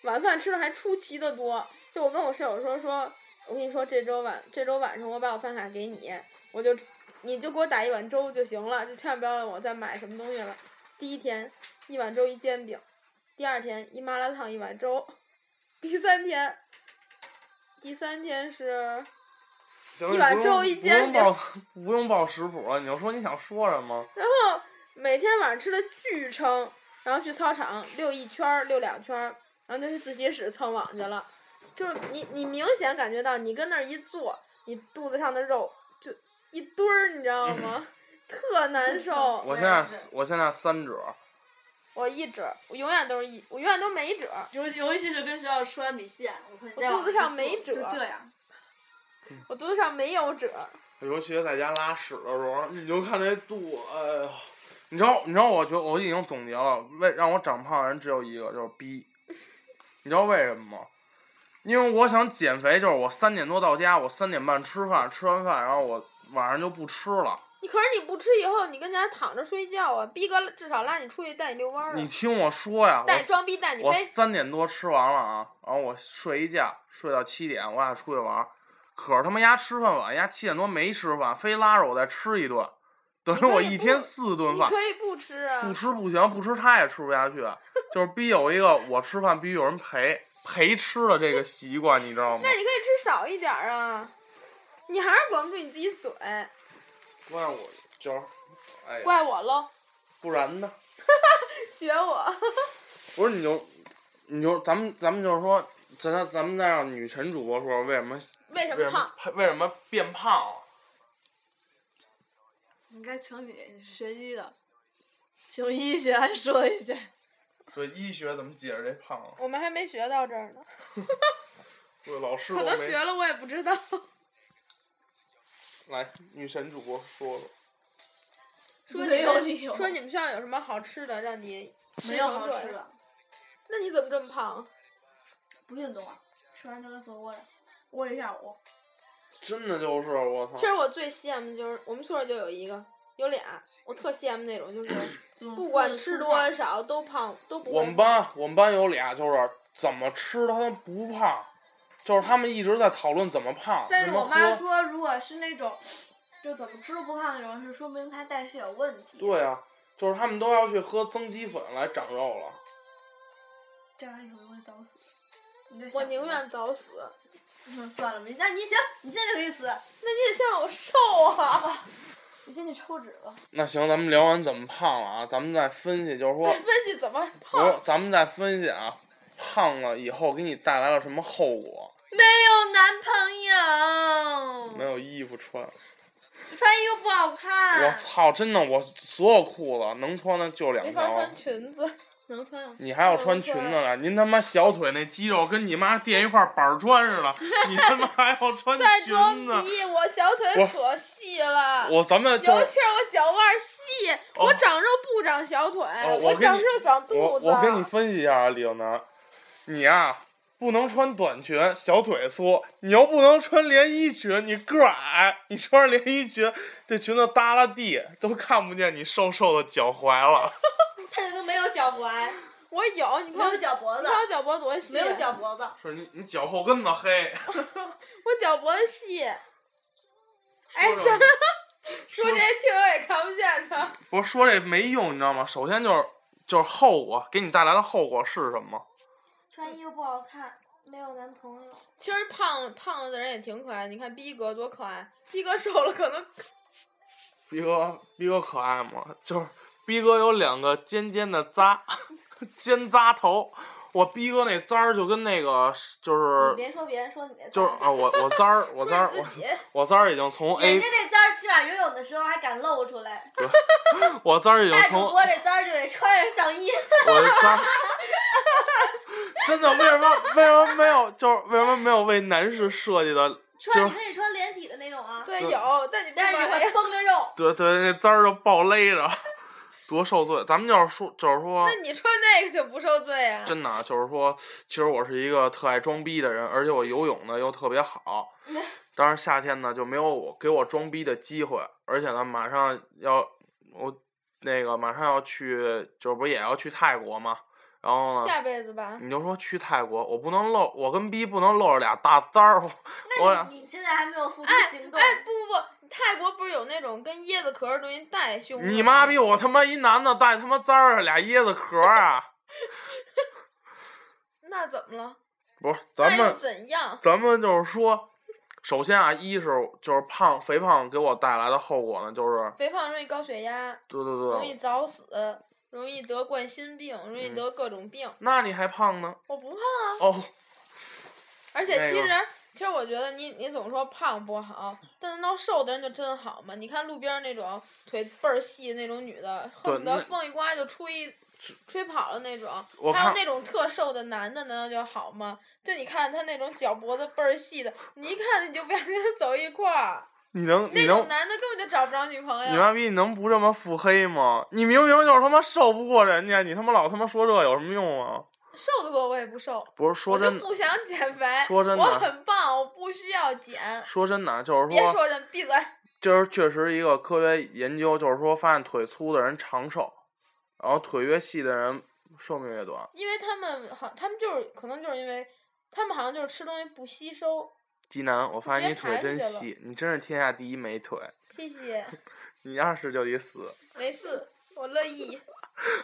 Speaker 7: 晚饭吃的还出奇的多。就我跟我室友说说，我跟你说这周晚这周晚上我把我饭卡给你，我就你就给我打一碗粥就行了，就千万不要让我再买什么东西了。第一天一碗粥一煎饼，第二天一麻辣烫一碗粥， 第三天，第三天是
Speaker 6: 行，你
Speaker 7: 一碗
Speaker 6: 不用
Speaker 7: 粥一
Speaker 6: 不
Speaker 7: 煎
Speaker 6: 用报 不用报食谱了，你就说你想说什么。
Speaker 7: 然后每天晚上吃的巨撑，然后去操场溜一圈儿、溜两圈儿，然后就去自习室蹭网去了。就是你，你明显感觉到你跟那儿一坐，你肚子上的肉就一堆儿，你知道 吗？特难受。
Speaker 6: 我现在
Speaker 7: 也是
Speaker 6: 我现在三者，
Speaker 7: 我一指，我永远都是一，我永远都没指。
Speaker 9: 尤其尤其是跟学校吃完米线，我操，你在
Speaker 7: 我肚子上没
Speaker 9: 就
Speaker 7: 褶
Speaker 9: 这样，
Speaker 7: 我肚子上没有褶，
Speaker 6: 尤其是在家拉屎的时候，你就看那肚，哎呦，你知道你知道，我觉得我已经总结了，为让我长胖的人只有一个，就是逼。你知道为什么吗？因为我想减肥，就是我三点多到家，我三点半吃饭，吃完饭然后我晚上就不吃了。
Speaker 7: 你可是你不吃以后，你跟家躺着睡觉啊，逼哥至少拉你出去带你遛弯儿
Speaker 6: 你
Speaker 7: 啊，
Speaker 6: 听我说呀，
Speaker 7: 带你
Speaker 6: 我
Speaker 7: 装逼带你
Speaker 6: 我
Speaker 7: 飞。
Speaker 6: 三点多吃完了啊，然后我睡一觉，睡到七点，我俩出去玩儿。可是他妈丫吃饭晚，丫七点多没吃饭，非拉着我再吃一顿，等于
Speaker 7: 你可
Speaker 6: 我
Speaker 7: 以
Speaker 6: 一
Speaker 7: 不
Speaker 6: 天四顿
Speaker 7: 你
Speaker 6: 饭，
Speaker 7: 可以不吃啊，
Speaker 6: 不吃不行，不吃他也吃不下去，就是逼有一个我吃饭必须有人陪陪吃的这个习惯，你知道吗
Speaker 7: 那？你可以吃少一点儿啊，你还是管不住你自己嘴，
Speaker 6: 怪我就是，哎呀，
Speaker 7: 怪我喽，
Speaker 6: 不然呢？
Speaker 7: 学我。
Speaker 6: 不是你就你就咱们咱们就是说，咱咱咱们再让女神主播说为什么
Speaker 7: 为什
Speaker 6: 为什
Speaker 7: 么胖
Speaker 6: 么？为什么变胖了？
Speaker 9: 你应该请你，你是学医的，请医学来说一 下。
Speaker 6: 对医学怎么解释这胖啊？
Speaker 7: 我们还没学到这儿呢，
Speaker 6: 对，老师
Speaker 7: 可
Speaker 6: 都
Speaker 7: 能
Speaker 6: 没
Speaker 7: 学了我也不知道。
Speaker 6: 来，女神主播说说，
Speaker 7: 说
Speaker 9: 没
Speaker 7: 你
Speaker 9: 有理由
Speaker 7: 们说你们学校有什么好吃的让你吃
Speaker 9: 没有
Speaker 7: 成
Speaker 9: 好
Speaker 7: 这
Speaker 9: 吃
Speaker 7: 样？
Speaker 9: 的，
Speaker 7: 那你怎么这么胖？
Speaker 6: 哦
Speaker 9: 不运动啊，吃完就跟缩窝似的，窝一下午。
Speaker 6: 真的就是我操
Speaker 7: 其实我最羡慕就是我们宿舍就有一个，有俩，我特羡慕那种，就是不管吃多少都胖都不会
Speaker 6: 嗯我们班我们班有俩就是怎么吃他都不胖，就是他们一直在讨论怎么胖，
Speaker 9: 但
Speaker 6: 怎
Speaker 9: 是
Speaker 6: 么
Speaker 9: 我妈
Speaker 6: 喝。
Speaker 9: 说，如果是那种就怎么吃都不胖那种，是说明她代谢有问题。，
Speaker 6: 对啊，就是他们都要去喝增肌粉来长肉了。
Speaker 9: 这样你很容易早死。你在
Speaker 7: 我
Speaker 9: 想
Speaker 7: 宁
Speaker 9: 什么
Speaker 7: 愿早死，
Speaker 9: 那算了，没那你行，你现在就可以死，
Speaker 7: 那你得先让我瘦啊！
Speaker 9: 你先去抽脂吧。
Speaker 6: 那行，咱们聊完怎么胖了啊，咱们再分析，就是 说
Speaker 7: 再，分析怎么
Speaker 6: 不是
Speaker 7: 胖，，
Speaker 6: 咱们再分析啊，胖了以后给你带来了什么后果？
Speaker 8: 没有男朋友，
Speaker 6: 没有衣服穿。
Speaker 9: 嗯
Speaker 8: 穿衣服不好看。
Speaker 6: 我操！真的，我所有裤子能穿的就两
Speaker 7: 没法
Speaker 6: 条。啊
Speaker 7: 穿裙子。
Speaker 8: 能穿啊？
Speaker 6: 你还要
Speaker 7: 哦
Speaker 6: 穿裙子呢？您他妈小腿那肌肉跟你妈垫一块板儿砖似的，你他 妈还要穿
Speaker 7: 在装
Speaker 6: 裙子？
Speaker 7: 逼，我小腿
Speaker 6: 我
Speaker 7: 可细了，
Speaker 6: 我咱们就
Speaker 7: 尤其是我脚腕儿细，
Speaker 6: 哦
Speaker 7: 我长肉不长小腿，
Speaker 6: 哦我
Speaker 7: 我
Speaker 6: 跟
Speaker 7: 长
Speaker 6: 你
Speaker 7: 肉长
Speaker 6: 我
Speaker 7: 肚子。
Speaker 6: 我跟你分析一下啊，李小楠，你啊不能穿短裙，小腿粗；你又不能穿连衣裙，你个儿矮，你穿着连衣裙，这裙子耷拉地都看不见你瘦瘦的脚踝了。
Speaker 8: 他这都没有脚踝，
Speaker 7: 我有，你
Speaker 8: 没
Speaker 7: 看我
Speaker 8: 有，脚脖
Speaker 7: 你
Speaker 8: 子，
Speaker 7: 看我脚脖多细，
Speaker 8: 没有，脚脖子。
Speaker 6: 是你你脚后跟子黑。
Speaker 7: 我脚脖子细。哎，
Speaker 6: 说着
Speaker 7: 咱们说这些听友也看不见他。
Speaker 6: 不是说这没用，你知道吗？首先就是就是后果，给你带来的后果是什么？
Speaker 9: 穿衣服不好看，没有男朋友。
Speaker 7: 其实胖胖了的人也挺可爱，你看逼哥多可爱，逼哥瘦了可能
Speaker 6: 逼哥，逼哥可爱吗？就是逼哥有两个尖尖的渣， 尖渣头。我逼哥那渣儿就跟那个就是
Speaker 8: 你别说别人，说你的。
Speaker 6: 就是啊，我我渣儿，我哎渣儿，
Speaker 7: 自
Speaker 6: 我
Speaker 7: 己
Speaker 6: 我渣儿已经从 A，
Speaker 8: 人家这簪儿起码游泳的时候还敢露出来，
Speaker 6: 我渣儿已经
Speaker 8: 大主
Speaker 6: 从
Speaker 8: 播这簪儿就得穿上上衣。
Speaker 6: 我的 渣儿。 真的，为什么为什么没有就是为什么没有为男士设计的，
Speaker 8: 穿
Speaker 6: 就
Speaker 8: 你
Speaker 6: 是
Speaker 8: 可以穿连体的那种啊，
Speaker 7: 对哎
Speaker 6: 对
Speaker 7: 有，但你不
Speaker 8: 但是你
Speaker 7: 买
Speaker 8: 会。绷着肉。
Speaker 6: 对对，那渣儿就暴勒着，多受罪。咱们就是说，就是说
Speaker 7: 那，你穿那个就不受罪啊？
Speaker 6: 真的 啊，就是说，其实我是一个特爱装逼的人，而且我游泳呢又特别好。但是夏天呢就没有我给我装逼的机会，而且呢马上要我那个马上要去，就是不也要去泰国嘛，然后呢。
Speaker 7: 下辈子吧。
Speaker 6: 你就说去泰国，我不能露，我跟逼不能露着俩大腮儿， 我我
Speaker 8: 那
Speaker 6: 俩
Speaker 8: 你你现在还没有付出
Speaker 7: 哎
Speaker 8: 行动，
Speaker 7: 哎，不不不，泰国不是有那种跟椰子壳儿东西带胸？
Speaker 6: 你妈逼！我！他妈一男的带他妈簪儿俩椰子壳儿啊！
Speaker 7: 那怎么了？
Speaker 6: 不是，
Speaker 7: 那
Speaker 6: 咱
Speaker 7: 又
Speaker 6: 们
Speaker 7: 怎样？
Speaker 6: 咱们就是说，首先啊，一是就是胖肥胖给我带来的后果呢，就是
Speaker 7: 肥胖容易高血压，
Speaker 6: 对对啊
Speaker 7: 容易
Speaker 6: 对，
Speaker 7: 早死，容易得冠心病，容易
Speaker 6: 嗯
Speaker 7: 得各种病。
Speaker 6: 那你还胖呢？
Speaker 7: 我不胖啊，
Speaker 6: 哦，
Speaker 7: 而且
Speaker 6: 那
Speaker 7: 其
Speaker 6: 个
Speaker 7: 实其实我觉得你你总说胖不好，但难道瘦的人就真好吗？你看路边儿那种腿倍儿细那种女的，恨不得
Speaker 6: 那
Speaker 7: 风一刮就吹吹跑了那种，
Speaker 6: 我
Speaker 7: 还有
Speaker 6: 看
Speaker 7: 那种特瘦的男的，难道就好吗？就你看他那种脚脖子倍儿细的，你一看你就不想跟他走一块儿，
Speaker 6: 你能你
Speaker 7: 那
Speaker 6: 能
Speaker 7: 种男的根本就找不着女朋
Speaker 6: 你
Speaker 7: 友。
Speaker 6: 妈逼你能不这么腹黑吗？你明明就是他妈瘦不过人家，你他妈老他妈说这有什么用啊？
Speaker 7: 瘦得过我也不瘦，
Speaker 6: 不是说
Speaker 7: 我就
Speaker 6: 真的，
Speaker 7: 不想减肥，
Speaker 6: 说真的
Speaker 7: 我很棒，我不需要减。
Speaker 6: 说真的啊，就是
Speaker 7: 别说人，闭嘴。
Speaker 6: 这是确实一个科学研究，就是说发现腿粗的人长寿，然后腿越细的人寿命越短，
Speaker 7: 因为他们好，他们就是可能就是因为他们好像就是吃东西不吸收。
Speaker 6: 鸡男，我发现你
Speaker 7: 直接
Speaker 6: 腿
Speaker 7: 排出
Speaker 6: 真
Speaker 7: 去了
Speaker 6: 细，你真是天下第一美腿，
Speaker 7: 谢谢，
Speaker 6: 你二十就得死，
Speaker 7: 没事，我乐意。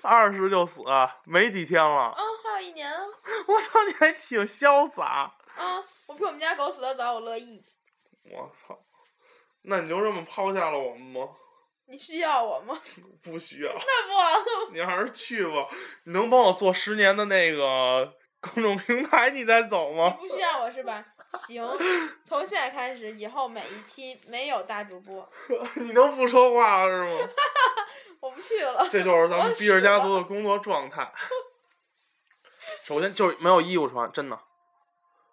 Speaker 6: 二十就死，啊没几天了。
Speaker 7: 啊，还有一年啊，
Speaker 6: 我操，你还挺潇洒。
Speaker 7: 啊，我比我们家狗死的早，我乐意。
Speaker 6: 我操，那你就这么抛下了我们吗？
Speaker 7: 你需要我吗？
Speaker 6: 不需要，
Speaker 7: 那不完了吗，
Speaker 6: 你还是去吧。你能帮我做十年的那个公众平台，你再走
Speaker 7: 你
Speaker 6: 吗？
Speaker 7: 不需要我是吧？行，从现在开始，以后每一期没有大主播，
Speaker 6: 你能不说话了是吗？
Speaker 7: 我不去了。
Speaker 6: 这就是咱们逼着家族的工作状态。首先就是没有衣服穿，真的。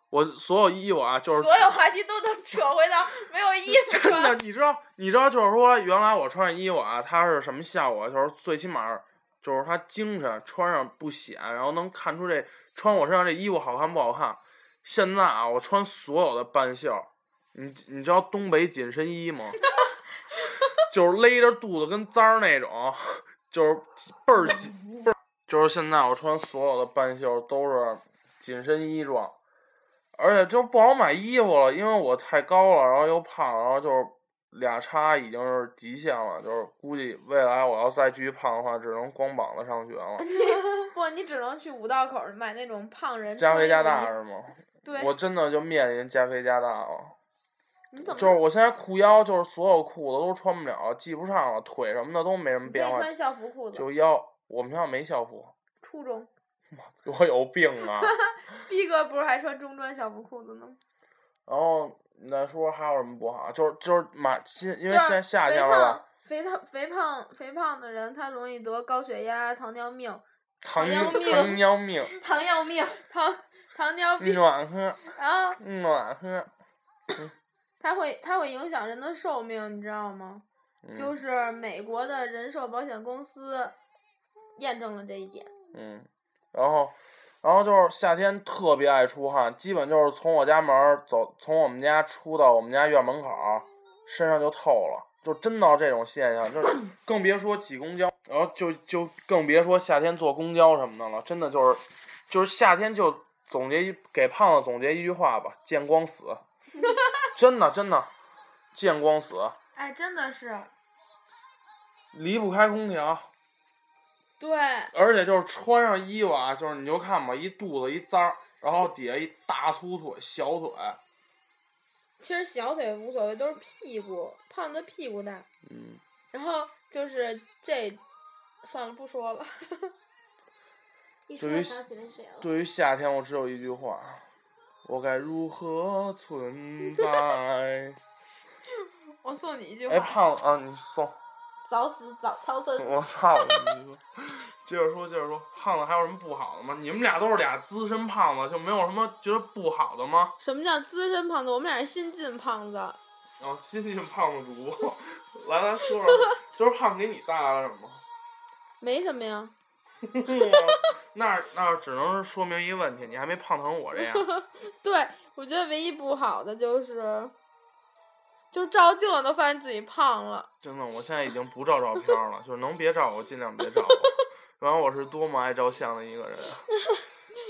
Speaker 6: 我所有衣服啊，就是
Speaker 7: 所有话题都能扯回到没有衣服
Speaker 6: 真的
Speaker 7: 穿。，
Speaker 6: 你知道，你知道，就是说，原来我穿上衣服啊，它是什么效果？就是最起码，就是它精神，穿上不显，然后能看出这穿我身上这衣服好看不好看。现在啊，我穿所有的半袖，你你知道东北紧身衣吗？ 就是勒着肚子跟簪儿那种，就是倍儿紧，倍儿。就是现在我穿所有的半袖都是紧身衣装，而且就不好买衣服了，因为我太高了，然后又胖，然后就是俩叉已经是极限了，就是估计未来我要再继续胖的话，只能光膀子上学了。
Speaker 7: 嗯不，你只能去五道口买那种胖人
Speaker 6: 加肥加大
Speaker 7: 穿衣服
Speaker 6: 是吗？
Speaker 7: 对，
Speaker 6: 我真的就面临加肥加大了，
Speaker 7: 你怎么
Speaker 6: 就是我现在裤腰就是所有裤子都穿不了，系不上了，腿什么的都没什么
Speaker 7: 你可以
Speaker 6: 变化，
Speaker 7: 穿校服裤子？
Speaker 6: 就腰。我们学校没校服，
Speaker 7: 初中，
Speaker 6: 我有病啊！
Speaker 7: 逼哥不是还穿中专校服裤子呢？
Speaker 6: 然后你再说还有什么不好？啊就是就是马现，因
Speaker 7: 就
Speaker 6: 为
Speaker 7: 是
Speaker 6: 现在夏天了吧，
Speaker 7: 肥胖、肥胖、肥胖、肥胖的人，他容易得高血压、糖尿病、
Speaker 6: 糖
Speaker 7: 糖尿病
Speaker 6: 糖尿 病，
Speaker 8: 糖尿病，
Speaker 7: 糖糖尿病，
Speaker 6: 暖和
Speaker 7: 然后
Speaker 6: 暖和，
Speaker 7: 它会它会影响人的寿命，你知道吗？
Speaker 6: 嗯
Speaker 7: 就是美国的人寿保险公司验证了这一点。
Speaker 6: 嗯，然后，然后就是夏天特别爱出汗，基本就是从我家门儿走，从我们家出到我们家院门口儿，身上就透了，就真到这种现象， 就是更别说挤公交，然后就就更别说夏天坐公交什么的了，真的就是，就是夏天就总结一给胖子总结一句话吧，见光死， 真的真的，见光死，
Speaker 7: 哎，真的是，
Speaker 6: 离不开空调。
Speaker 7: 对，
Speaker 6: 而且就是穿上衣服啊，就是你就看吧，一肚子一脏儿，然后底下一大粗腿、小腿，
Speaker 7: 其实小腿无所谓，都是屁股，胖子屁股大。
Speaker 6: 嗯，
Speaker 7: 然后就是这，算了，不说了。
Speaker 8: 一
Speaker 6: 对
Speaker 8: 说
Speaker 6: 于
Speaker 8: 我想起那谁了，
Speaker 6: 对于夏天，我只有一句话：我该如何存在？
Speaker 7: 我送你一句话：
Speaker 6: 哎，胖嗯子啊，你送
Speaker 7: 早死早超生。
Speaker 6: 我操你妈！接着说，接着说，胖子还有什么不好的吗？你们俩都是俩资深胖子，就没有什么觉得不好的吗？
Speaker 7: 什么叫资深胖子？我们俩是新晋胖子。
Speaker 6: 然后新晋胖子主播， 来来说说，就是胖子给你带来了什么？
Speaker 7: 没什么呀，
Speaker 6: 那那只能是说明一 个问题，你还没胖成我这样。
Speaker 7: 对我觉得唯一不好的就是就照镜子都发现自己胖了。
Speaker 6: 真的，我现在已经不照照片儿了，就是能别照我尽量别 照我。然后我是多么爱照相的一个人啊，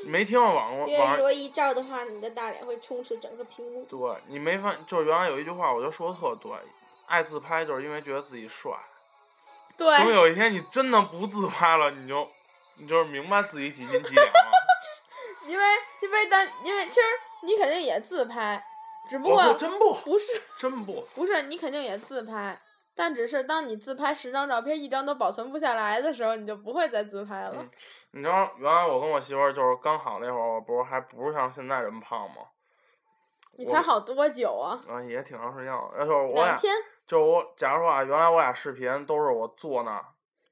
Speaker 6: 你没听过网络
Speaker 8: 因
Speaker 6: 网
Speaker 8: 为
Speaker 6: 上
Speaker 8: 如果一照的话，你的大脸会充斥整个屏幕。
Speaker 6: 对你没发，就是原来有一句话，我觉得说的特对，爱自拍就是因为觉得自己帅。
Speaker 7: 对，
Speaker 6: 等有一天你真的不自拍了，你就你就是明白自己几斤几两了。
Speaker 7: 因为因为咱因为其实你肯定也自拍，只 不
Speaker 6: 我
Speaker 7: 过
Speaker 6: 哦不真不
Speaker 7: 不是
Speaker 6: 真不，
Speaker 7: 不是你肯定也自拍，但只是当你自拍十张照片一张都保存不下来的时候，你就不会再自拍了。
Speaker 6: 嗯你知道原来我跟我媳妇儿就是刚好那会儿，我不是还不是像现在这么胖吗？
Speaker 7: 你
Speaker 6: 我
Speaker 7: 才好多久啊？
Speaker 6: 嗯，也挺长时间了。那时候我
Speaker 7: 两
Speaker 6: 俩
Speaker 7: 天？
Speaker 6: 就是我，假如说啊，原来我俩视频都是我坐那儿，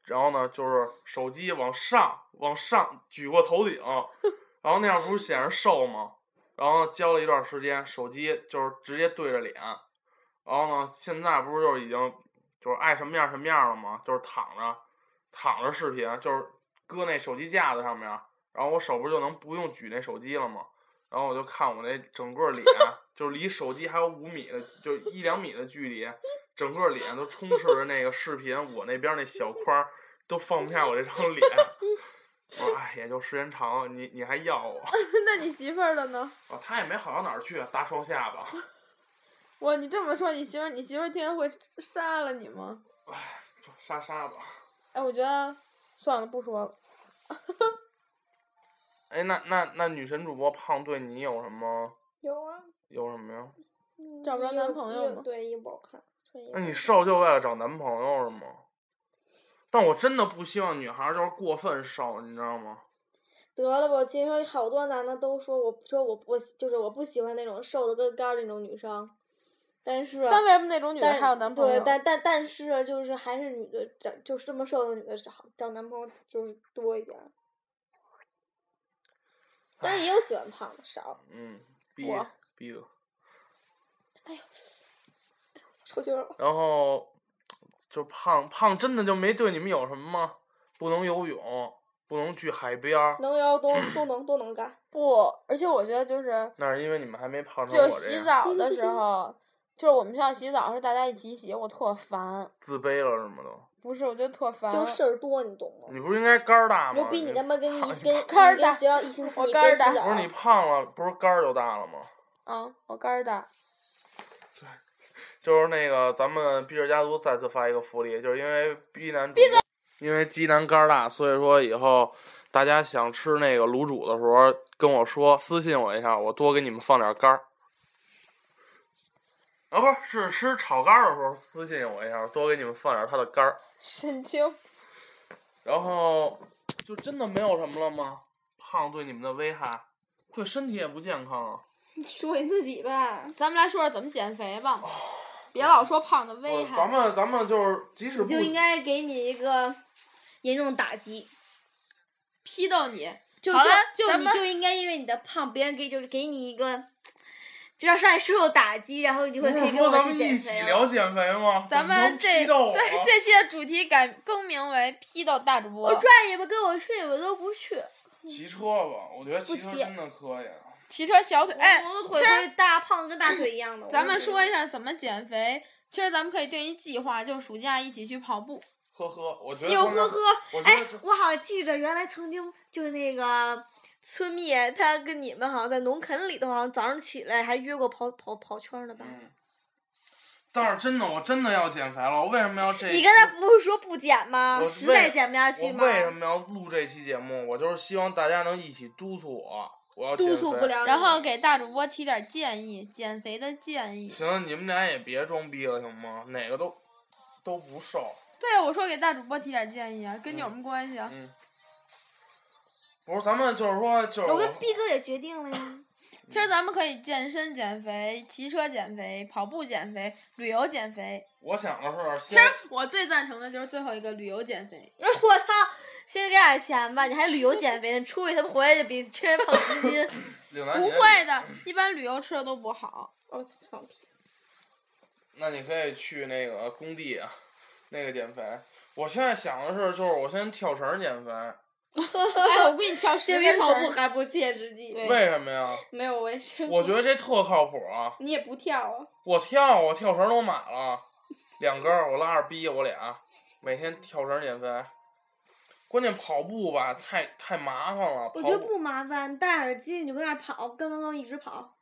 Speaker 6: 然后呢就是手机往上往上举过头顶，然后那样不是显示瘦吗？然后教了一段时间，手机就是直接对着脸，然后呢现在不是就是已经就是爱什么样什么样了吗？就是躺着躺着视频，就是搁那手机架子上面，然后我手不是就能不用举那手机了吗？然后我就看我那整个脸， 就是离手机还有五米的，就一两米的距离，整个脸都充斥着那个视频，我那边那小框儿都放不下我这张脸。我说哎，也就时间长了，你你还要我？
Speaker 7: 那你媳妇儿的呢？
Speaker 6: 啊，他也没好到哪儿去，大双下巴。
Speaker 7: 哇，你这么说，你媳妇儿你媳妇儿天天会杀了你吗？
Speaker 6: 杀杀吧。
Speaker 7: 哎，我觉得算了，不说了。
Speaker 6: 哎，那那那女神主播胖对你有什么
Speaker 8: 有啊，
Speaker 6: 有什么呀？
Speaker 7: 找不着
Speaker 8: 你
Speaker 7: 男
Speaker 8: 有
Speaker 7: 朋
Speaker 8: 你
Speaker 7: 友
Speaker 8: 有
Speaker 7: 吗
Speaker 8: 对，也不好看。穿衣
Speaker 6: 那
Speaker 8: 服
Speaker 6: 你瘦就为了找男朋友是吗？但我真的不希望女孩儿就是过分瘦，你知道吗？
Speaker 8: 得了吧？我听说好多男的都说我，说我我就是我不喜欢那种瘦的跟杆儿那种女生，但是
Speaker 7: 但为什么那种女的
Speaker 8: 但
Speaker 7: 还有男朋友
Speaker 8: 对，？但但但是啊就是还是女的找就是这么瘦的女的找找男朋友就是多一点儿，但是也有喜欢胖的少，
Speaker 6: 嗯，逼
Speaker 7: 我
Speaker 6: 逼的。
Speaker 8: 抽筋儿了。
Speaker 6: 然后就胖胖真的就没对你们有什么吗？不能游泳，不能去海边儿，
Speaker 8: 能游都都能都能干，
Speaker 7: 不，而且我觉得就是
Speaker 6: 那是因为你们还没胖成
Speaker 7: 就
Speaker 6: 我这
Speaker 7: 洗
Speaker 6: 样，
Speaker 7: 澡的时候， 就是我们学校洗澡是大家一起洗，我特烦。
Speaker 6: 自卑了是吗？都，
Speaker 7: 不是，我觉得特烦。
Speaker 8: 就事儿多，你懂吗？
Speaker 6: 你不是应该杆儿大吗？
Speaker 8: 我比你他妈跟一
Speaker 6: 胖
Speaker 8: 跟
Speaker 7: 杆儿
Speaker 8: 跟
Speaker 7: 大
Speaker 8: 学校一星期
Speaker 7: 我
Speaker 8: 一
Speaker 7: 杆儿
Speaker 8: 边洗
Speaker 7: 大
Speaker 8: 澡
Speaker 6: 不是你胖了，不是杆儿就大了吗？
Speaker 7: 嗯，我杆儿大。
Speaker 6: 就是那个咱们 B 社家族再次发一个福利，就是因为 B 男主播，因为鸡男肝儿大，所以说以后大家想吃那个卤煮的时候跟我说，私信我一下，我多给你们放点肝儿。啊，不是，是吃炒肝儿的时候私信我一下，多给你们放点他的肝儿。
Speaker 7: 神经。
Speaker 6: 然后就真的没有什么了吗？胖对你们的危害，对身体也不健康啊。
Speaker 9: 说你自己呗，
Speaker 7: 咱们来说说怎么减肥吧，别老说胖的危
Speaker 6: 我呃咱
Speaker 7: 害。
Speaker 6: 们咱们就是即使不
Speaker 8: 就应该给你一个严重打击。
Speaker 7: 批斗你，
Speaker 8: 就
Speaker 7: 好
Speaker 8: 就
Speaker 7: 了
Speaker 8: 啊就
Speaker 7: 咱
Speaker 8: 你
Speaker 7: 们
Speaker 8: 就应该因为你的胖，别人给就是给你一个，就让上来受打击，然后你就会
Speaker 6: 不
Speaker 8: 可
Speaker 6: 是
Speaker 8: 以跟
Speaker 6: 说
Speaker 8: 我
Speaker 6: 咱
Speaker 8: 去
Speaker 6: 们一
Speaker 8: 减
Speaker 6: 起
Speaker 8: 肥
Speaker 6: 聊
Speaker 8: 了。
Speaker 6: 减肥吗？
Speaker 7: 咱们这
Speaker 6: 批斗啊我
Speaker 7: 对这期的主题改更名为“批斗大主播
Speaker 8: 拽你们跟我睡，我都不去。
Speaker 6: 骑车吧，我觉得骑
Speaker 8: 不
Speaker 6: 车
Speaker 8: 骑
Speaker 6: 真的可以。”，
Speaker 7: 骑车小腿。哎，
Speaker 8: 我的
Speaker 7: 其
Speaker 8: 腿
Speaker 7: 实
Speaker 8: 会大胖的跟大腿一样的。
Speaker 7: 咱们说一下怎么减肥。其实咱们可以定一计划，就暑假一起去跑步。
Speaker 6: 呵呵，我觉得
Speaker 8: 有
Speaker 6: 他们
Speaker 8: 哎呵呵，
Speaker 6: 我觉
Speaker 8: 哎
Speaker 6: 得这，
Speaker 8: 我好像记着，原来曾经就是那个村蜜，她跟你们好像在农垦里头，好像早上起来还约过跑跑跑圈呢吧？
Speaker 6: 嗯，但是真的，我真的要减肥了。我为什么要这？
Speaker 8: 你刚才不是说不减吗
Speaker 6: 我？
Speaker 8: 实
Speaker 6: 为
Speaker 8: 在减不下去
Speaker 6: 我
Speaker 8: 吗？
Speaker 6: 为什么要录这期节目？我就是希望大家能一起督促我，我要
Speaker 8: 督
Speaker 6: 减
Speaker 8: 促
Speaker 6: 肥
Speaker 8: 不。了你。
Speaker 7: 然后给大主播提点建议，减肥的建议。
Speaker 6: 行，你们俩也别装逼了，行吗？哪个都都不瘦，
Speaker 7: 对，我说给大主播提点建议啊，跟你有什么关系啊？
Speaker 6: 嗯。不是，咱们就是说，就是
Speaker 8: 我跟逼哥也决定了 呀。
Speaker 7: 其实
Speaker 6: 嗯
Speaker 7: 咱们可以健身减肥、骑车减肥、跑步减肥、旅游减肥。
Speaker 6: 我想的是
Speaker 7: 其实
Speaker 6: 先，
Speaker 7: 我最赞成的就是最后一个旅游减肥。
Speaker 8: 我操！先给点钱吧，你还旅游减肥呢？出去他们回来就比确实胖十斤。
Speaker 6: 岭南
Speaker 7: 不
Speaker 6: 姐
Speaker 7: 会的，一般旅游吃的都不好。
Speaker 9: 我放 屁。
Speaker 6: 那你可以去那个工地啊，那个减肥。我现在想的是，就是我先跳绳减肥，
Speaker 7: 哎，我给你挑十
Speaker 9: 这
Speaker 7: 遍
Speaker 9: 边
Speaker 7: 跑
Speaker 9: 绳
Speaker 7: 步
Speaker 9: 儿
Speaker 7: 还不切实际。
Speaker 9: 对
Speaker 6: 为什么呀？
Speaker 7: 没有，我也是。
Speaker 6: 我觉得这特靠谱啊！
Speaker 7: 你也不跳啊？
Speaker 6: 我跳，我跳绳都买了，两根儿，我拉着逼我俩，每天跳绳减肥。关键跑步吧，太太麻烦了。
Speaker 8: 我
Speaker 6: 跑
Speaker 8: 觉得
Speaker 6: 步
Speaker 8: 不麻烦，戴耳机你就跟那儿跑，刚刚刚一直
Speaker 6: 哦
Speaker 8: 跑，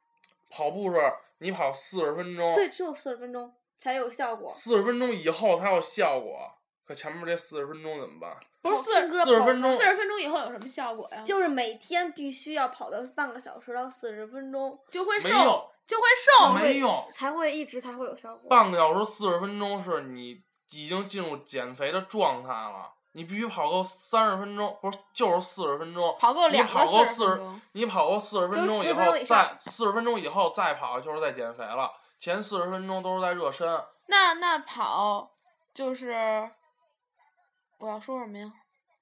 Speaker 6: 跑步是你跑四十分钟，
Speaker 8: 对，只有四十分钟才有效果。
Speaker 6: 四十分钟以后才有效果。可前面这四十分钟怎么办？
Speaker 7: 不是四
Speaker 8: 听歌
Speaker 6: 四十分钟
Speaker 7: 四十分钟以后有什么效果呀？
Speaker 8: 就是每天必须要跑到半个小时到四十分钟，
Speaker 7: 就会
Speaker 6: 没嗯用
Speaker 7: 瘦，就会瘦。
Speaker 6: 没用，
Speaker 8: 才会一直才会有效果。
Speaker 6: 半个小时四十分钟是你已经进入减肥的状态了。你必须跑够三十分钟，不是就是四十分钟。
Speaker 7: 跑够
Speaker 6: 你
Speaker 7: 两
Speaker 6: 跑
Speaker 7: 个
Speaker 6: 够
Speaker 7: 四
Speaker 6: 四
Speaker 7: 十分
Speaker 6: 十
Speaker 7: 钟，，
Speaker 6: 你跑够四十分钟
Speaker 8: 就是
Speaker 6: 以
Speaker 8: 40分
Speaker 6: 后
Speaker 8: 钟以上
Speaker 6: 再四十分钟以后再跑就是在减肥了。前四十分钟都是在热身，
Speaker 7: 那那跑就是我要说什么呀？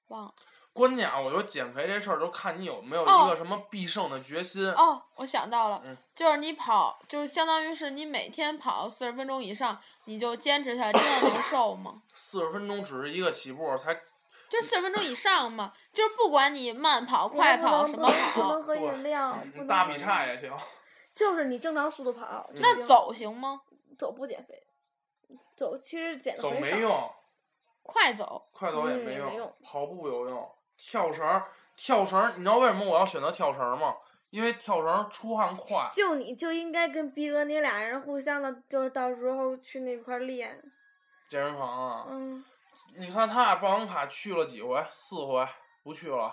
Speaker 7: 忘了。
Speaker 6: 关键啊，我觉得减肥这事儿就看你有没有
Speaker 7: 哦
Speaker 6: 一个什么必胜的决心。
Speaker 7: 哦，我想到了，
Speaker 6: 嗯
Speaker 7: 就是你跑，就是相当于是你每天跑四十分钟以上，你就坚持下来，真的能瘦吗？
Speaker 6: 四十分钟只是一个起步，才
Speaker 7: 就四十分钟以上嘛，就是不管你慢跑、
Speaker 8: 你
Speaker 7: 快
Speaker 8: 还不
Speaker 7: 跑
Speaker 8: 能
Speaker 7: 什
Speaker 8: 不
Speaker 7: 么
Speaker 8: 能不
Speaker 7: 跑
Speaker 8: 能，喝饮料，不能
Speaker 6: 大劈叉也行。
Speaker 8: 就是你正常速度
Speaker 6: 嗯
Speaker 8: 跑。就
Speaker 7: 那
Speaker 8: 行
Speaker 7: 走行吗？
Speaker 8: 走不减肥，走其实减的
Speaker 6: 走
Speaker 8: 很
Speaker 6: 没
Speaker 8: 少。
Speaker 6: 用，
Speaker 7: 快走，
Speaker 6: 快走也
Speaker 8: 嗯
Speaker 6: 没
Speaker 8: 也
Speaker 6: 用，
Speaker 8: 没用
Speaker 6: 跑步有用，跳绳儿，跳绳儿，你知道为什么我要选择跳绳儿吗？因为跳绳儿出汗快，
Speaker 8: 就你就应该跟逼哥你俩人互相的，就是到时候去那块儿练。
Speaker 6: 健身房啊，
Speaker 8: 嗯，
Speaker 6: 你看他俩办完卡去了几回？四回，不去了。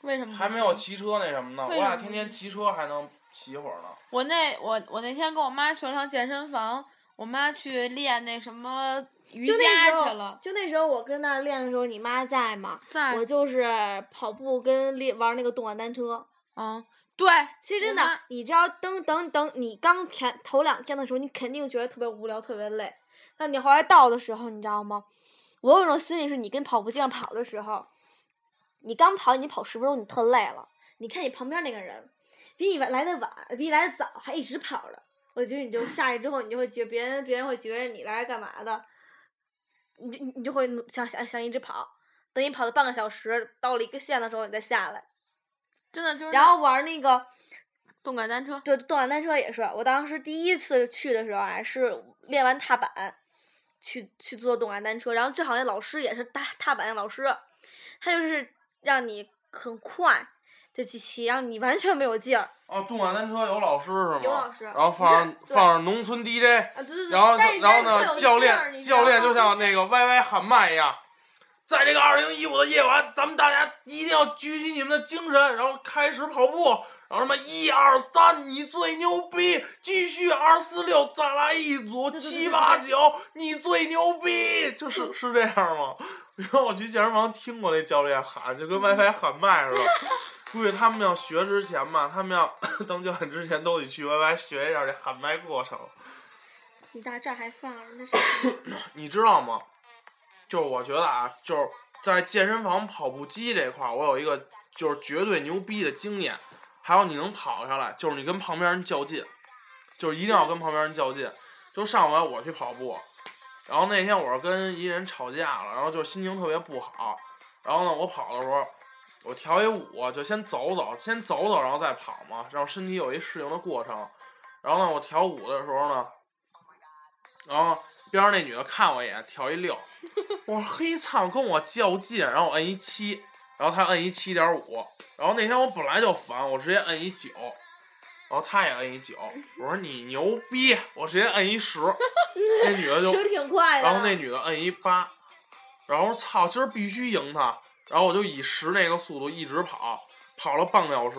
Speaker 7: 为
Speaker 8: 嗯
Speaker 7: 什么？
Speaker 6: 还没有。骑车那什么呢，我
Speaker 7: 为什
Speaker 6: 俩
Speaker 7: 么
Speaker 6: 天
Speaker 7: 呢
Speaker 6: 天骑车还能骑一会儿呢。
Speaker 7: 我那我我那天跟我妈去了趟健身房，我妈去练那什么瑜
Speaker 8: 就那
Speaker 7: 伽
Speaker 8: 时
Speaker 7: 去
Speaker 8: 候
Speaker 7: 了，，啊
Speaker 8: 就那时候我跟那儿练的时候，你妈在嘛？
Speaker 7: 在
Speaker 8: 我就是跑步跟练玩那个动感单车。
Speaker 7: 嗯，对，
Speaker 8: 其实
Speaker 7: 我
Speaker 8: 真的
Speaker 7: 妈，
Speaker 8: 你知道，等等等，你刚前头两天的时候，你肯定觉得特别无聊、特别累。那你后来到的时候，你知道吗？我有一种心理是，你跟跑步机上跑的时候，你刚跑，你跑十分钟，你特累了。你看你旁边那个人，比你晚来的晚，比你来的早，还一直跑着。我觉得你就下去之后，你就会觉别人别人会觉得你来这干嘛的，你就你你就会努想想想一直跑。等你跑了半个小时，到了一个线的时候，你再下来，
Speaker 7: 真的就是那
Speaker 8: 然后玩那个。
Speaker 7: 动感单车，
Speaker 8: 对，动感单车也是。我当时第一次去的时候啊，是练完踏板，去去做动感单车，然后正好那老师也是踏踏板的老师，他就是让你很快就去骑，然后你完全没有劲儿
Speaker 6: 哦，动感单车有老师是吗？
Speaker 8: 有老师
Speaker 6: 然后放上
Speaker 8: 不是对
Speaker 6: 放上农村 DJ，
Speaker 8: 啊！对对对，
Speaker 6: 然后
Speaker 8: 但是
Speaker 6: 然后
Speaker 8: 但是会
Speaker 6: 呢，教
Speaker 8: 有劲儿
Speaker 6: 练
Speaker 8: 你知
Speaker 6: 教
Speaker 8: 道
Speaker 6: 练
Speaker 8: 吗
Speaker 6: 就像那个 YY 喊麦一样，在这个二零一五的夜晚，咱们大家一定要举起你们的精神，然后开始跑步，然后什么一二三，你最牛逼，继续二四六，再来一组七八九，你最牛逼，就是是这样吗？然后我去健身房听过那教练喊，就跟 WiFi 喊麦似的。估计他们要学之前吧，他们要当教练之前都得去 YY 学一下这喊麦过程。
Speaker 8: 你大这儿还放着那啥
Speaker 6: 你知道吗？就是我觉得啊，就是在健身房跑步机这块儿，我有一个就是绝对牛逼的经验。还有你能跑下来，就是你跟旁边人较劲，就是一定要跟旁边人较劲。就上回我去跑步，然后那天我是跟一人吵架了，然后就心情特别不好。然后呢，我跑的时候，我调一舞，就先走走，先走走，然后再跑嘛，让身体有一适应的过程。然后呢，我调舞的时候呢，然后边上那女的看我一眼，调一六，我说嘿，操，跟我较劲，然后我摁一七，然后她摁一七点五，然后那天我本来就烦，我直接摁一九，然后她也摁一九，我说你牛逼，我直接摁一十，那女 的就
Speaker 8: 手挺快的。
Speaker 6: 然后那女的摁一八，然后我说操，今儿必须赢她。然后我就以十那个速度一直跑，跑了半个小时，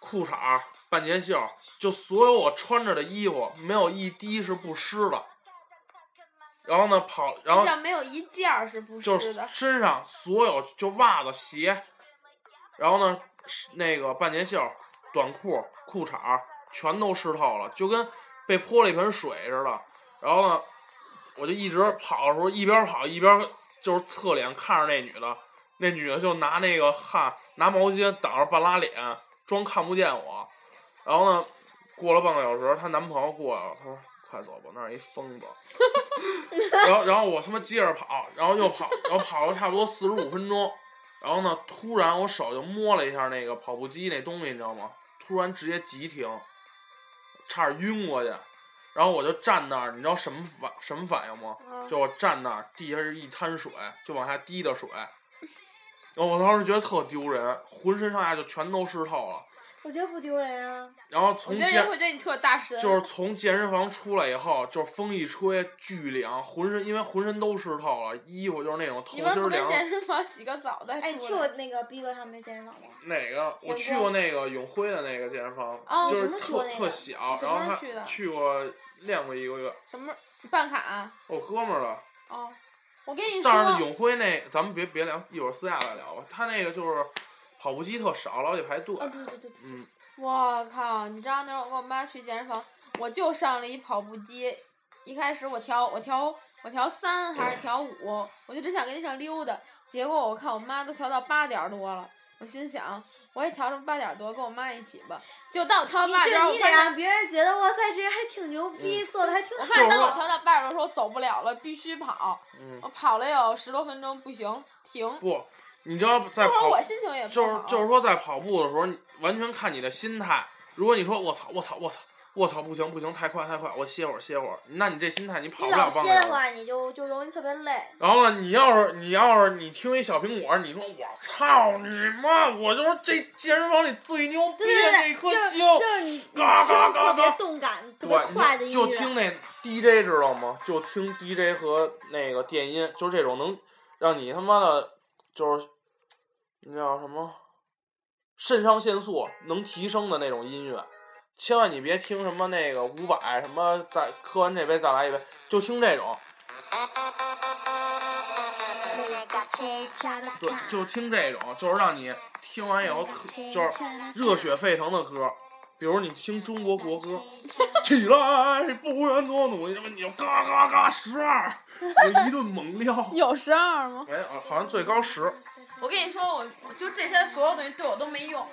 Speaker 6: 裤衩儿、半截袖儿，就所有我穿着的衣服，没有一滴是不湿的。然后呢，跑，然后
Speaker 7: 这叫没有一件儿是不
Speaker 6: 就是是
Speaker 7: 的，
Speaker 6: 身上所有就袜子、鞋，然后呢，是那个半截袖儿、短裤、裤衩儿全都湿透了，就跟被泼了一盆水似的。然后呢，我就一直跑的时候，一边跑一边就是侧脸看着那女的，那女的就拿那个汗拿毛巾挡着半拉脸，装看不见我。然后呢，过了半个小时，她男朋友过来了，她说：“快走吧，那儿一疯子。”然后然后我他妈接着跑，然后又跑，然后跑了差不多四十五分钟，然后呢，突然我手就摸了一下那个跑步机那东西，你知道吗？突然直接急停，差点晕过去。然后我就站那儿，你知道什么反什么反应吗？
Speaker 7: 嗯
Speaker 6: 就我站那儿，地下是一滩水，就往下滴的水。然后我当时觉得特丢人，浑身上下就全都湿透了。
Speaker 8: 我觉得不丢人啊。
Speaker 6: 然后
Speaker 7: 我
Speaker 6: 从
Speaker 7: 觉得
Speaker 6: 健
Speaker 7: 人会觉得你特大神，
Speaker 6: 就是从健身房出来以后，就是风一吹巨凉，浑身因为浑身都湿透了，衣服就是那种透
Speaker 7: 你
Speaker 6: 心
Speaker 7: 们
Speaker 6: 儿
Speaker 7: 不跟
Speaker 6: 凉。
Speaker 7: 健身房洗个澡再出来？
Speaker 8: 哎，你去过那个逼哥他们那健身房吗？
Speaker 6: 哪个？我
Speaker 8: 永
Speaker 6: 去过那个永辉的那个健身房，
Speaker 7: 哦
Speaker 6: 就是
Speaker 8: 什么时候
Speaker 6: 特
Speaker 8: 那个
Speaker 6: 特小
Speaker 7: 你，什
Speaker 6: 然
Speaker 7: 么
Speaker 6: 后
Speaker 7: 时候
Speaker 6: 他
Speaker 7: 去的
Speaker 6: 去过练过一个月，
Speaker 7: 什么办卡啊、
Speaker 6: 我哥们儿了。
Speaker 7: 哦，我跟你
Speaker 6: 但是
Speaker 7: 说，
Speaker 6: 永辉那咱们别别聊，一会儿私下再聊吧。他那个就是跑步机特少，老得排队。
Speaker 8: 哦，对对对对，
Speaker 6: 嗯，
Speaker 7: 我靠！你知道那时候我跟我妈去健身房，我就上了一跑步机，一开始我调我调我调三还是调五，我就只想跟那上溜达，结果我看我妈都调到八点儿多了，我心想我也调成八点儿多，跟我妈一起吧。就当我调到八点儿，
Speaker 8: 这
Speaker 7: 我
Speaker 8: 你
Speaker 7: 发
Speaker 8: 得让
Speaker 7: 现
Speaker 8: 别人觉得哇塞，这人还挺牛
Speaker 6: 嗯
Speaker 8: 逼，做的还挺
Speaker 7: 我
Speaker 8: 好。
Speaker 7: 发现当我调到八点儿多的时候，我走不了了，必须跑。
Speaker 6: 嗯
Speaker 7: 我跑了有十多分钟，不行，停。
Speaker 6: 不，你知道在
Speaker 7: 那会
Speaker 6: 跑
Speaker 7: 儿我心情也不
Speaker 6: 就是
Speaker 8: 哦
Speaker 7: 好。。
Speaker 6: 就是说，在跑步的时候，你完全看你的心态。如果你说我操我操我操我操不行不行太快太快，我歇会儿歇会儿，那你这心态你跑
Speaker 8: 你
Speaker 6: 不
Speaker 8: 老
Speaker 6: 了
Speaker 8: 歇
Speaker 6: 半
Speaker 8: 的
Speaker 6: 个小时。
Speaker 8: 话，你就就容易特别累。
Speaker 6: 然后呢，你要是你要是你听一小苹果，你说我操你妈，我就是这健身房里最牛逼
Speaker 8: 对对
Speaker 6: 的那
Speaker 8: 对，
Speaker 6: 一颗
Speaker 8: 就是
Speaker 6: 星，
Speaker 8: 就是你你
Speaker 6: 嘎嘎
Speaker 8: 听
Speaker 6: 嘎
Speaker 8: 特别
Speaker 6: 嘎
Speaker 8: 动感、特别
Speaker 6: 对，
Speaker 8: 快的
Speaker 6: 你
Speaker 8: 音
Speaker 6: 就就听
Speaker 8: 乐，
Speaker 6: 那 DJ 知道吗？就听 DJ 和那个电音，就是这种能让你他妈的，就是那叫什么肾上腺素能提升的那种音乐。千万你别听什么那个五百什么再喝完这杯再来一杯，就听这种，对，就听这种，就是让你听完以后特就是热血沸腾的歌，比如你听中国国歌，起来，不愿多努力，你就嘎嘎嘎十二，就一顿猛撩
Speaker 7: 有十二吗？
Speaker 6: 没有，好像最高十。
Speaker 7: 我跟你说，我我就这些所有东西对我都没用，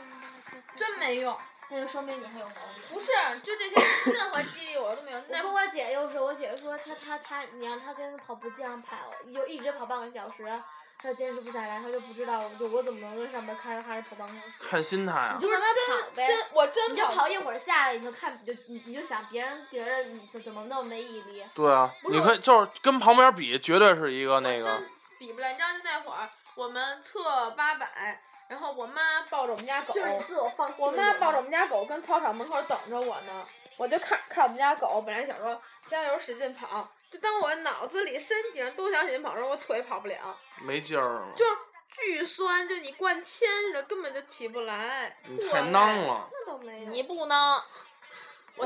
Speaker 7: 真没用。
Speaker 8: 那就说明你很有活力。
Speaker 7: 不是，就这些任何激励我都没有。
Speaker 8: 我
Speaker 7: 那
Speaker 8: 跟我姐又是，我姐说她她她，你让她跟跑步机上跑，就一直跑半个小时，她坚持不下来，她就不知道，就我怎么能跟上面咔着咔着跑半个小时？
Speaker 6: 看心态啊
Speaker 8: 你，就让她跑呗，
Speaker 7: 真我真
Speaker 8: 你就
Speaker 7: 跑
Speaker 8: 跑一会儿下来，你就看，你就你你就想别人觉得你怎怎么那么没毅力？
Speaker 6: 对啊，你可以就是跟旁边比，绝对是一个那个
Speaker 7: 真，比不了。你知道就那会儿，我们测八百，然后我妈抱着我们家狗，
Speaker 8: 就是你自我放弃。
Speaker 7: 我妈抱着我，们家狗跟操场门口等着我呢，我就看看我们家狗，本来想说加油使劲跑，就当我脑子里、身体上都想使劲跑的时候，我腿跑不了，
Speaker 6: 没劲儿了，
Speaker 7: 就是巨酸，就你灌铅似的，根本就起不来，
Speaker 6: 你
Speaker 7: 特
Speaker 6: 太
Speaker 7: 累
Speaker 6: 囊。了。
Speaker 8: 那都没有。
Speaker 7: 你不能，我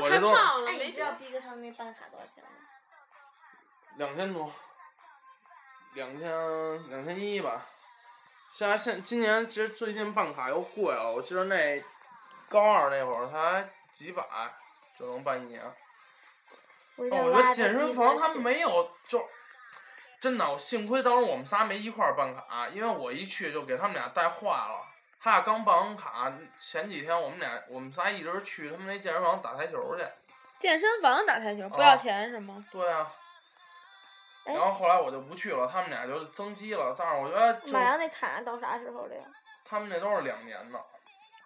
Speaker 6: 我
Speaker 7: 太
Speaker 6: 这都
Speaker 7: 胖了，
Speaker 8: 哎，你
Speaker 7: 没
Speaker 8: 知道逼哥他们那办卡多少钱吗？
Speaker 6: 两千多，两千两千一吧。现在现今年其实最近办卡又贵了，我记得那高二那会儿才几百就能办一年。
Speaker 8: 我
Speaker 6: 哦，我觉得健身房它没有，就真的，我幸亏当时我们仨没一块儿办卡，因为我一去就给他们俩带坏了。他俩刚办完卡，前几天我们俩我们仨一直去他们那健身房打台球去。
Speaker 7: 健身房打台球
Speaker 6: 不要
Speaker 7: 钱是吗？
Speaker 6: 对啊。
Speaker 8: 哎
Speaker 6: 然后后来我就不去了，他们俩就增肌了。但是我觉得就
Speaker 8: 马良那卡啊到啥时候了呀？
Speaker 6: 他们那都是两年的，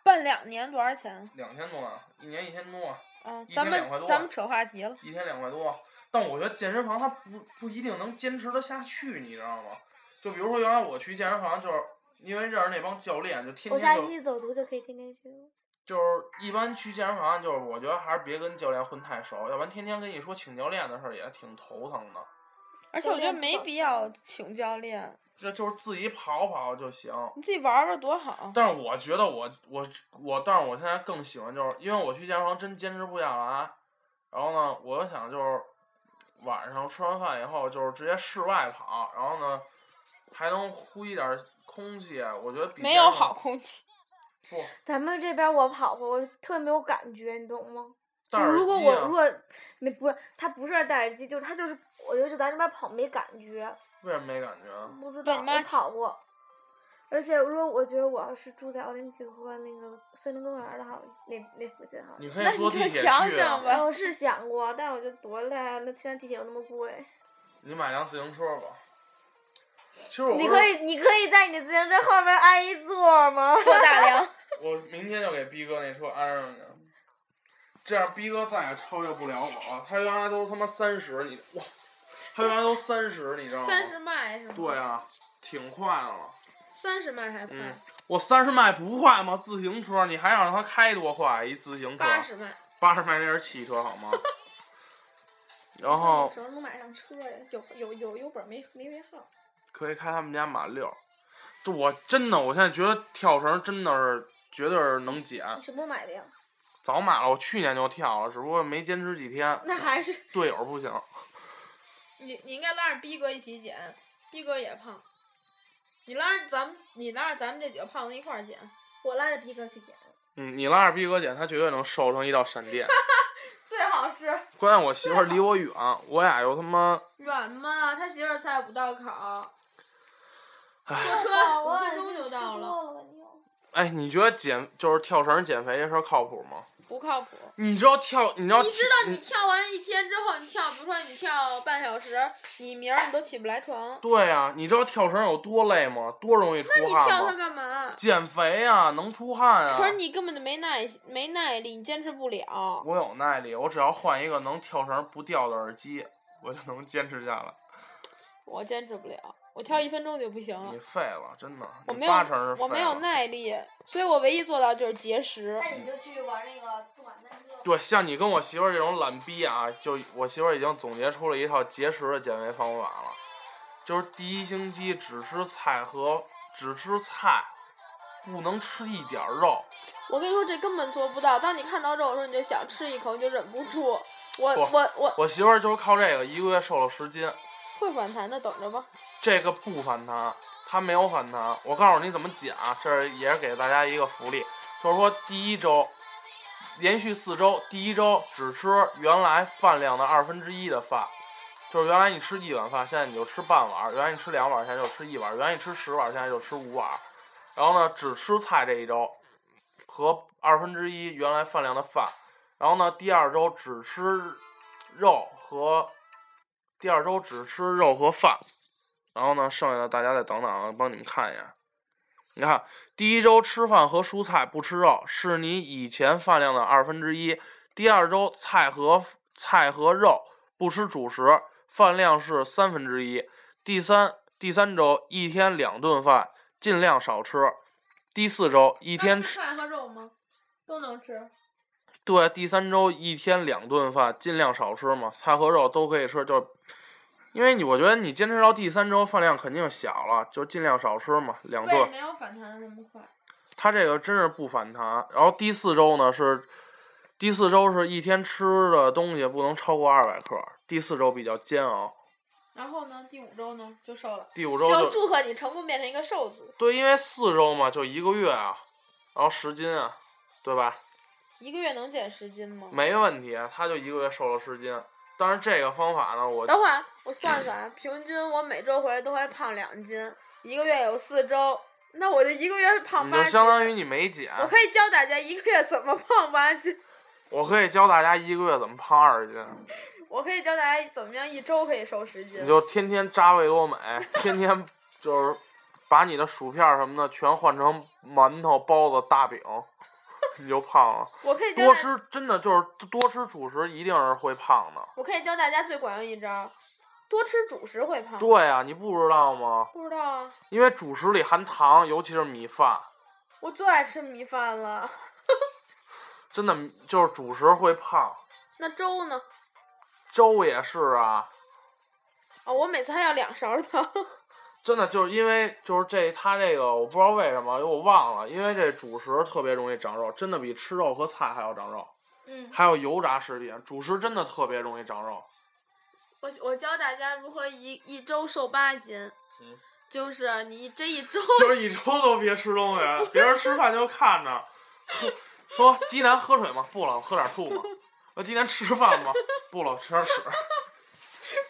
Speaker 7: 办两年多少钱？
Speaker 6: 两千多啊，一年一千多啊，
Speaker 7: 啊
Speaker 6: 一咱天们两块多咱们
Speaker 7: 扯话题了。
Speaker 6: 一天两块多。但我觉得健身房它不不一定能坚持得下去，你知道吗？就比如说原来我去健身房，就是因为认识那帮教练，就天
Speaker 8: 我下
Speaker 6: 天就
Speaker 8: 期走读就可以天天去了。
Speaker 6: 就是一般去健身房，就是我觉得还是别跟教练混太熟，要不然天天跟你说请教练的事儿也挺头疼的。
Speaker 7: 而且我觉得没必要请教练，
Speaker 6: 这就是自己跑跑就行。
Speaker 7: 你自己玩玩多好。
Speaker 6: 但是我觉得我我我，但是我现在更喜欢就是，因为我去健身房真坚持不下来，然后呢，我又想就是晚上吃完饭以后就是直接室外跑，然后呢还能呼一点空气，我觉得比
Speaker 7: 没
Speaker 6: 健
Speaker 7: 有
Speaker 6: 身房
Speaker 7: 好空气，
Speaker 6: 不，
Speaker 8: 咱们这边我跑过，我特别没有感觉，你懂吗？就
Speaker 6: 戴耳
Speaker 8: 如果
Speaker 6: 机
Speaker 8: 我
Speaker 6: 啊
Speaker 8: 如果没不是他不是戴耳机，就是他就是，我觉得就咱这边跑没感觉，
Speaker 6: 为什么没感觉啊？
Speaker 8: 不知
Speaker 7: 对
Speaker 8: 道
Speaker 7: 妈
Speaker 8: 我跑过。而且如果我觉得我要是住在奥林匹克和那个森林公园的话，那那附近哈，
Speaker 6: 你可
Speaker 7: 那
Speaker 6: 以
Speaker 7: 你
Speaker 6: 坐
Speaker 7: 就
Speaker 6: 地铁
Speaker 7: 想
Speaker 6: 去
Speaker 7: 想
Speaker 6: 啊，
Speaker 7: 吧
Speaker 8: 哎我是想过，但是我觉得多累啊！那现在地铁又那么贵，
Speaker 6: 你买辆自行车吧。其实我
Speaker 8: 你
Speaker 6: 不
Speaker 8: 可
Speaker 6: 是
Speaker 8: 以，你可以在你的自行车后面安一座吗？
Speaker 7: 做大梁。
Speaker 6: 我明天就给逼哥那车安上去，这样逼哥再也超越不了我。他原来都他妈三十，你哇，他原来都三十，你知道吗？
Speaker 7: 三十迈是吗？
Speaker 6: 对，啊，挺快了。
Speaker 7: 三十迈还快，
Speaker 6: 嗯，我三十迈不快吗？自行车你还想让他开多快？啊一自行车
Speaker 7: 八十迈。
Speaker 6: 八十迈那是汽车好吗？ 然后
Speaker 7: 什么时候能买上车呀？有有有有本儿没没尾号。
Speaker 6: 可以开他们家马六，这我真的，我现在觉得跳绳真的是绝对是能减，
Speaker 8: 你什么时候买的呀？
Speaker 6: 早买了，我去年就跳了，只不过没坚持几天，
Speaker 7: 那还是
Speaker 6: 队友不行。
Speaker 7: 你你应该拉着逼哥一起减，逼哥也胖。你拉着咱们，你拉着咱们这几个胖子一块儿减，
Speaker 8: 我拉着逼哥去捡。
Speaker 6: 嗯，你拉着逼哥姐，她绝对能瘦成一道闪电。
Speaker 7: 最好是
Speaker 6: 关键我媳妇儿离我远，我俩又他妈
Speaker 7: 远嘛。他媳妇儿在五道口儿，坐
Speaker 6: 哎
Speaker 7: 车五分钟就到了，
Speaker 8: 了。
Speaker 6: 哎，你觉得减就是跳绳减肥这事儿靠谱吗？
Speaker 7: 不靠谱。
Speaker 6: 你知道跳，啊你知道
Speaker 7: 你知道你跳完一天之后，你跳，比如说你跳半小时，你明儿你都起不来床，
Speaker 6: 对呀、你知道跳绳有多累吗？多容易出
Speaker 7: 那你跳它
Speaker 6: 汗吗？啊
Speaker 7: 干嘛？
Speaker 6: 减肥呀、能出汗啊。
Speaker 7: 可是你根本就没耐没耐力，你坚持不了。
Speaker 6: 我有耐力，我只要换一个能跳绳不掉的耳机，我就能坚持下来。
Speaker 7: 我坚持不了，我跳一分钟就不行了
Speaker 6: 你。废了，真的，
Speaker 7: 我
Speaker 6: 你
Speaker 7: 没有
Speaker 6: 八成是，废
Speaker 7: 我没有
Speaker 6: 了
Speaker 7: 耐力，所以我唯一做到就是节食。
Speaker 9: 那你就去玩那个动感单车。
Speaker 6: 对，像你跟我媳妇儿这种懒逼啊，就我媳妇儿已经总结出了一套节食的减肥方法了，就是第一星期只吃菜和只吃菜，不能吃一点儿肉。
Speaker 7: 我跟你说，这根本做不到。当你看到肉的时候，你就想吃一口，你就忍不住。我
Speaker 6: 不
Speaker 7: 我我
Speaker 6: 我媳妇儿就是靠这个一个月瘦了十斤，
Speaker 7: 会反弹的，等着吧。
Speaker 6: 这个不反弹，它没有反弹。我告诉你怎么减啊，这儿也是给大家一个福利，就是说第一周。连续四周，第一周只吃原来饭量的二分之一的饭，就是原来你吃一碗饭，现在你就吃半碗；原来你吃两碗，现在就吃一碗；原来你吃十碗，现在就吃五碗。然后呢，只吃菜这一周和二分之一原来饭量的饭。然后呢，第二周只吃肉和第二周只吃肉和饭。然后呢，剩下的大家再等等，啊，帮你们看一眼。你看，第一周吃饭和蔬菜不吃肉，是你以前饭量的二分之一。第二周菜和菜和肉不吃主食，饭量是三分之一。第三第三周一天两顿饭，尽量少吃。第四周一
Speaker 7: 一
Speaker 6: 天吃
Speaker 7: 吃饭和肉吗？都能吃。
Speaker 6: 对，第三周一天两顿饭，尽量少吃嘛，菜和肉都可以吃，就因为你我觉得你坚持到第三周饭量肯定小了，就尽量少吃嘛，两
Speaker 7: 胃
Speaker 6: 顿。
Speaker 7: 没有反弹这么快。
Speaker 6: 它这个真是不反弹。然后第四周呢是，第四周是一天吃的东西不能超过二百克，第四周比较煎熬，
Speaker 7: 然后呢，第五周呢就瘦了，
Speaker 6: 第五周
Speaker 7: 就祝贺你成功变成一个瘦子。
Speaker 6: 对，因为四周嘛就一个月啊，然后十斤啊，对吧？
Speaker 7: 一个月能减十斤吗？
Speaker 6: 没问题，他就一个月瘦了十斤。但是这个方法呢，我
Speaker 7: 等会儿我算算啊，平均我每周回来都会胖两斤，一个月有四周，那我就一个月胖
Speaker 6: 你
Speaker 7: 八
Speaker 6: 就
Speaker 7: 斤。
Speaker 6: 相当于你没减，
Speaker 7: 我可以教大家一个月怎么胖八斤，
Speaker 6: 我可以教大家一个月怎么胖二十斤，
Speaker 7: 我可以教大家怎么样一周可以瘦十斤
Speaker 6: 你。就天天扎味多美，天天就是把你的薯片什么的全换成馒头、包子、大饼，你就胖了。
Speaker 7: 我可以教
Speaker 6: 多
Speaker 7: 大
Speaker 6: 吃真的就是多吃主食，一定是会胖的。
Speaker 7: 我可以教大家最管用一招，多吃主食会胖。
Speaker 6: 对呀、你不知道吗？
Speaker 7: 不知道啊，
Speaker 6: 因为主食里含糖，尤其是米饭，
Speaker 7: 我最爱吃米饭了。
Speaker 6: 真的就是主食会胖。
Speaker 7: 那粥呢？
Speaker 6: 粥也是啊，
Speaker 7: 啊、我每餐要两勺 糖。
Speaker 6: 真的就是因为就是这它这个我不知道为什么，因为我忘了，因为这主食特别容易长肉，真的比吃肉和菜还要长肉，
Speaker 7: 嗯，
Speaker 6: 还有油炸食品，主食真的特别容易长肉。
Speaker 7: 我我教大家如何一一周瘦八斤。
Speaker 6: 嗯
Speaker 7: 就是你这一周
Speaker 6: 就是一周都别吃东西，别人吃饭就看着，说鸡男喝水吗？不了，喝点吐沫。我鸡男吃饭吗？不了，吃点屎。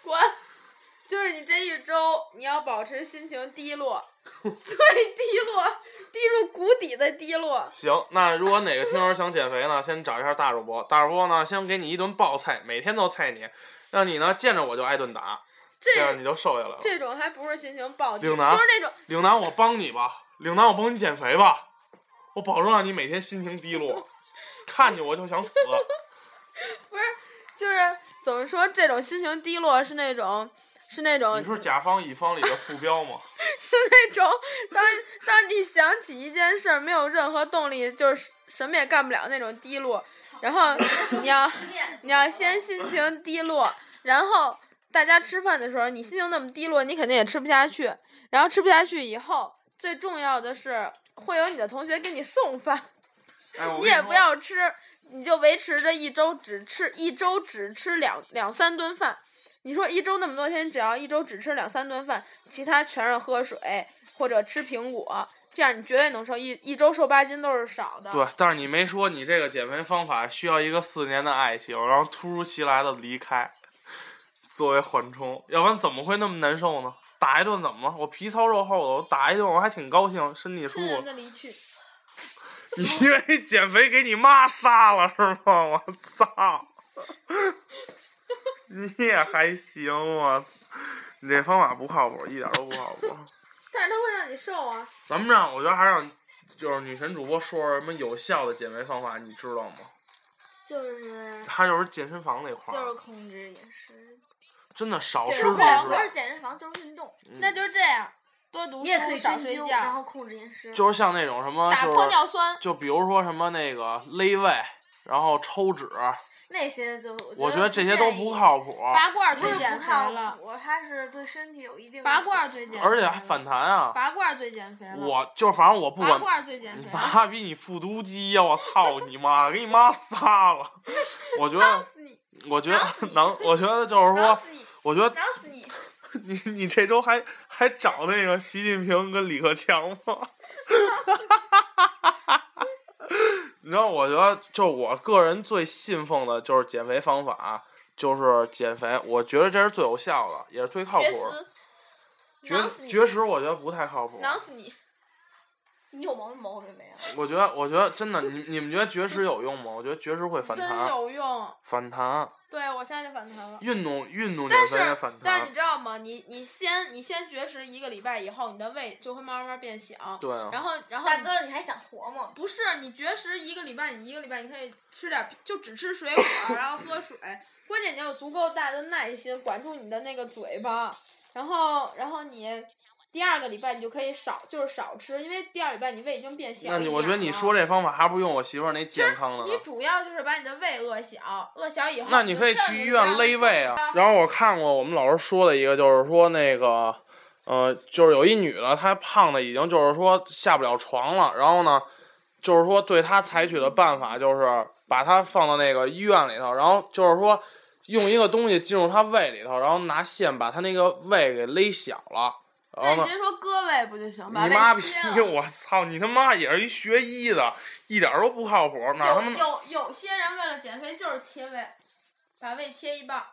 Speaker 7: 滚！就是你这一周，你要保持心情低落， 最低落，低入谷底的低落。
Speaker 6: 行，那如果哪个听友想减肥呢，先找一下大主播，大主播呢先给你一顿暴菜，每天都菜你，让你呢见着我就挨顿打。这样
Speaker 7: 这
Speaker 6: 你就瘦下来了。
Speaker 7: 这种还不是心情暴跌，就
Speaker 6: 岭
Speaker 7: 是
Speaker 6: 南
Speaker 7: 那种
Speaker 6: 岭南，我帮你吧，岭南，我帮你减肥吧，我保证让你每天心情低落，看见我就想死。
Speaker 7: 就是怎么说，这种心情低落是那种是那种
Speaker 6: 你说甲方乙方里的副标 吗？
Speaker 7: 是那种，当当你想起一件事儿，没有任何动力，就是什么也干不了那种低落。然后你要你要先心情低落，然后大家吃饭的时候，你心情那么低落，你肯定也吃不下去。然后吃不下去以后，最重要的是会有你的同学给你送饭，
Speaker 6: 哎，我跟
Speaker 7: 你也
Speaker 6: 说
Speaker 7: 不要吃，你就维持着一周只吃一周只吃两两三顿饭。你说一周那么多天，只要一周只吃两三顿饭，其他全是喝水或者吃苹果，这样你绝对能瘦。一一周瘦八斤都是少的。
Speaker 6: 对，但是你没说你这个减肥方法需要一个四年的爱情，然后突如其来的离开，作为缓冲，要不然怎么会那么难受呢？打一顿怎么了？我皮糙肉厚的，我打一顿我还挺高兴，身体舒
Speaker 7: 亲人
Speaker 6: 服。
Speaker 7: 的离去，
Speaker 6: 你 因为减肥给你妈杀了是吗？我操！你也还行，我操！你这方法不靠谱，一点都不靠谱。
Speaker 7: 但是它会让你瘦啊。
Speaker 6: 咱们让我觉得还让就是女神主播说说什么有效的减肥方法，你知道吗？
Speaker 8: 就是
Speaker 6: 还有就是健身房那块儿，
Speaker 8: 就是控制饮食，
Speaker 6: 真的少
Speaker 8: 就
Speaker 6: 吃
Speaker 8: 是
Speaker 6: 主
Speaker 8: 不是不
Speaker 6: 食
Speaker 8: 是，健身房就是运动，
Speaker 7: 那就这样，多读
Speaker 8: 你也可
Speaker 7: 书，
Speaker 8: 以
Speaker 7: 少
Speaker 8: 针
Speaker 7: 睡
Speaker 8: 灸，然
Speaker 7: 觉，
Speaker 8: 后控制饮食。
Speaker 6: 就是像那种什么
Speaker 7: 打
Speaker 6: 就
Speaker 7: 破
Speaker 6: 是
Speaker 7: 尿酸。
Speaker 6: 就比如说什么那个勒胃，然后抽脂，
Speaker 8: 那些就
Speaker 6: 我
Speaker 8: 我
Speaker 6: 觉得这些都不
Speaker 8: 建议，
Speaker 6: 靠谱，
Speaker 7: 拔罐儿
Speaker 8: 不
Speaker 7: 最
Speaker 8: 是
Speaker 7: 减
Speaker 8: 不
Speaker 7: 肥
Speaker 8: 靠
Speaker 7: 了，
Speaker 8: 谱，它是对身体有一定的
Speaker 7: 拔罐儿最减肥了，
Speaker 6: 而且还反弹啊！
Speaker 7: 拔罐儿最减肥了，
Speaker 6: 我就反正我不
Speaker 7: 拔
Speaker 6: 管
Speaker 7: 罐儿最减
Speaker 6: 你
Speaker 7: 肥了。
Speaker 6: 妈逼你复读机呀、我操你妈，给你妈杀了！我觉得，
Speaker 7: 死你！
Speaker 6: 我觉得 能，我觉得就是说，
Speaker 7: 死你！
Speaker 6: 我觉得
Speaker 7: 挠死你！
Speaker 6: 你你这周还还找那个习近平跟李克强吗？ 你知道，我觉得就是我个人最信奉的就是减肥方法，啊就是减肥，我觉得这是最有效的，也是最靠
Speaker 7: 绝
Speaker 6: 谱的。
Speaker 7: 食！
Speaker 6: 绝
Speaker 7: 挠死你
Speaker 6: 绝食我觉得不太靠谱，
Speaker 7: 挠死你！
Speaker 8: 你有毛毛病没有？
Speaker 6: 我觉得我觉得真的，你你们觉得绝食有用吗？我觉得绝食会反
Speaker 7: 真
Speaker 6: 弹，
Speaker 7: 有用！
Speaker 6: 反弹
Speaker 7: 对我现在就反弹了。
Speaker 6: 运动运动减
Speaker 7: 但
Speaker 6: 肥
Speaker 7: 是
Speaker 6: 也反
Speaker 7: 但是你
Speaker 6: 弹，
Speaker 7: 知道吗？你你先你先绝食一个礼拜以后，你的胃就会慢慢变小。
Speaker 6: 对啊
Speaker 7: 然后然后
Speaker 8: 大哥，你还想活吗？
Speaker 7: 不是你绝食一个礼拜，你一个礼拜你可以吃点，就只吃水果，然后喝水。关键你要有足够大的耐心，管住你的那个嘴巴。然后，然后你第二个礼拜你就可以少，就是少吃，因为第二礼拜你胃已经变小一
Speaker 6: 那
Speaker 7: 点
Speaker 6: 你我觉得你
Speaker 7: 了
Speaker 6: 说这方法还不如用我媳妇儿那健康的呢。
Speaker 7: 你主要就是把你的胃饿小，饿小以后，
Speaker 6: 那你可以去医院勒胃啊。然后我看过我们老师说的一个，就是说那个，呃，就是有一女的，她胖的已经就是说下不了床了，然后呢，就是说对她采取的办法就是把她放到那个医院里头，然后就是说用一个东西进入她胃里头，然后拿线把她那个胃给勒小了，然后
Speaker 7: 那你
Speaker 6: 呢
Speaker 7: 直。接说割胃不就行？把
Speaker 6: 你妈
Speaker 7: 胃
Speaker 6: 逼
Speaker 7: 切！了。
Speaker 6: 我操！你他妈也是一学医的，一点儿都不靠谱，哪他
Speaker 7: 有
Speaker 6: 妈
Speaker 7: 有有些人为了减肥就是切胃，把胃切一半儿。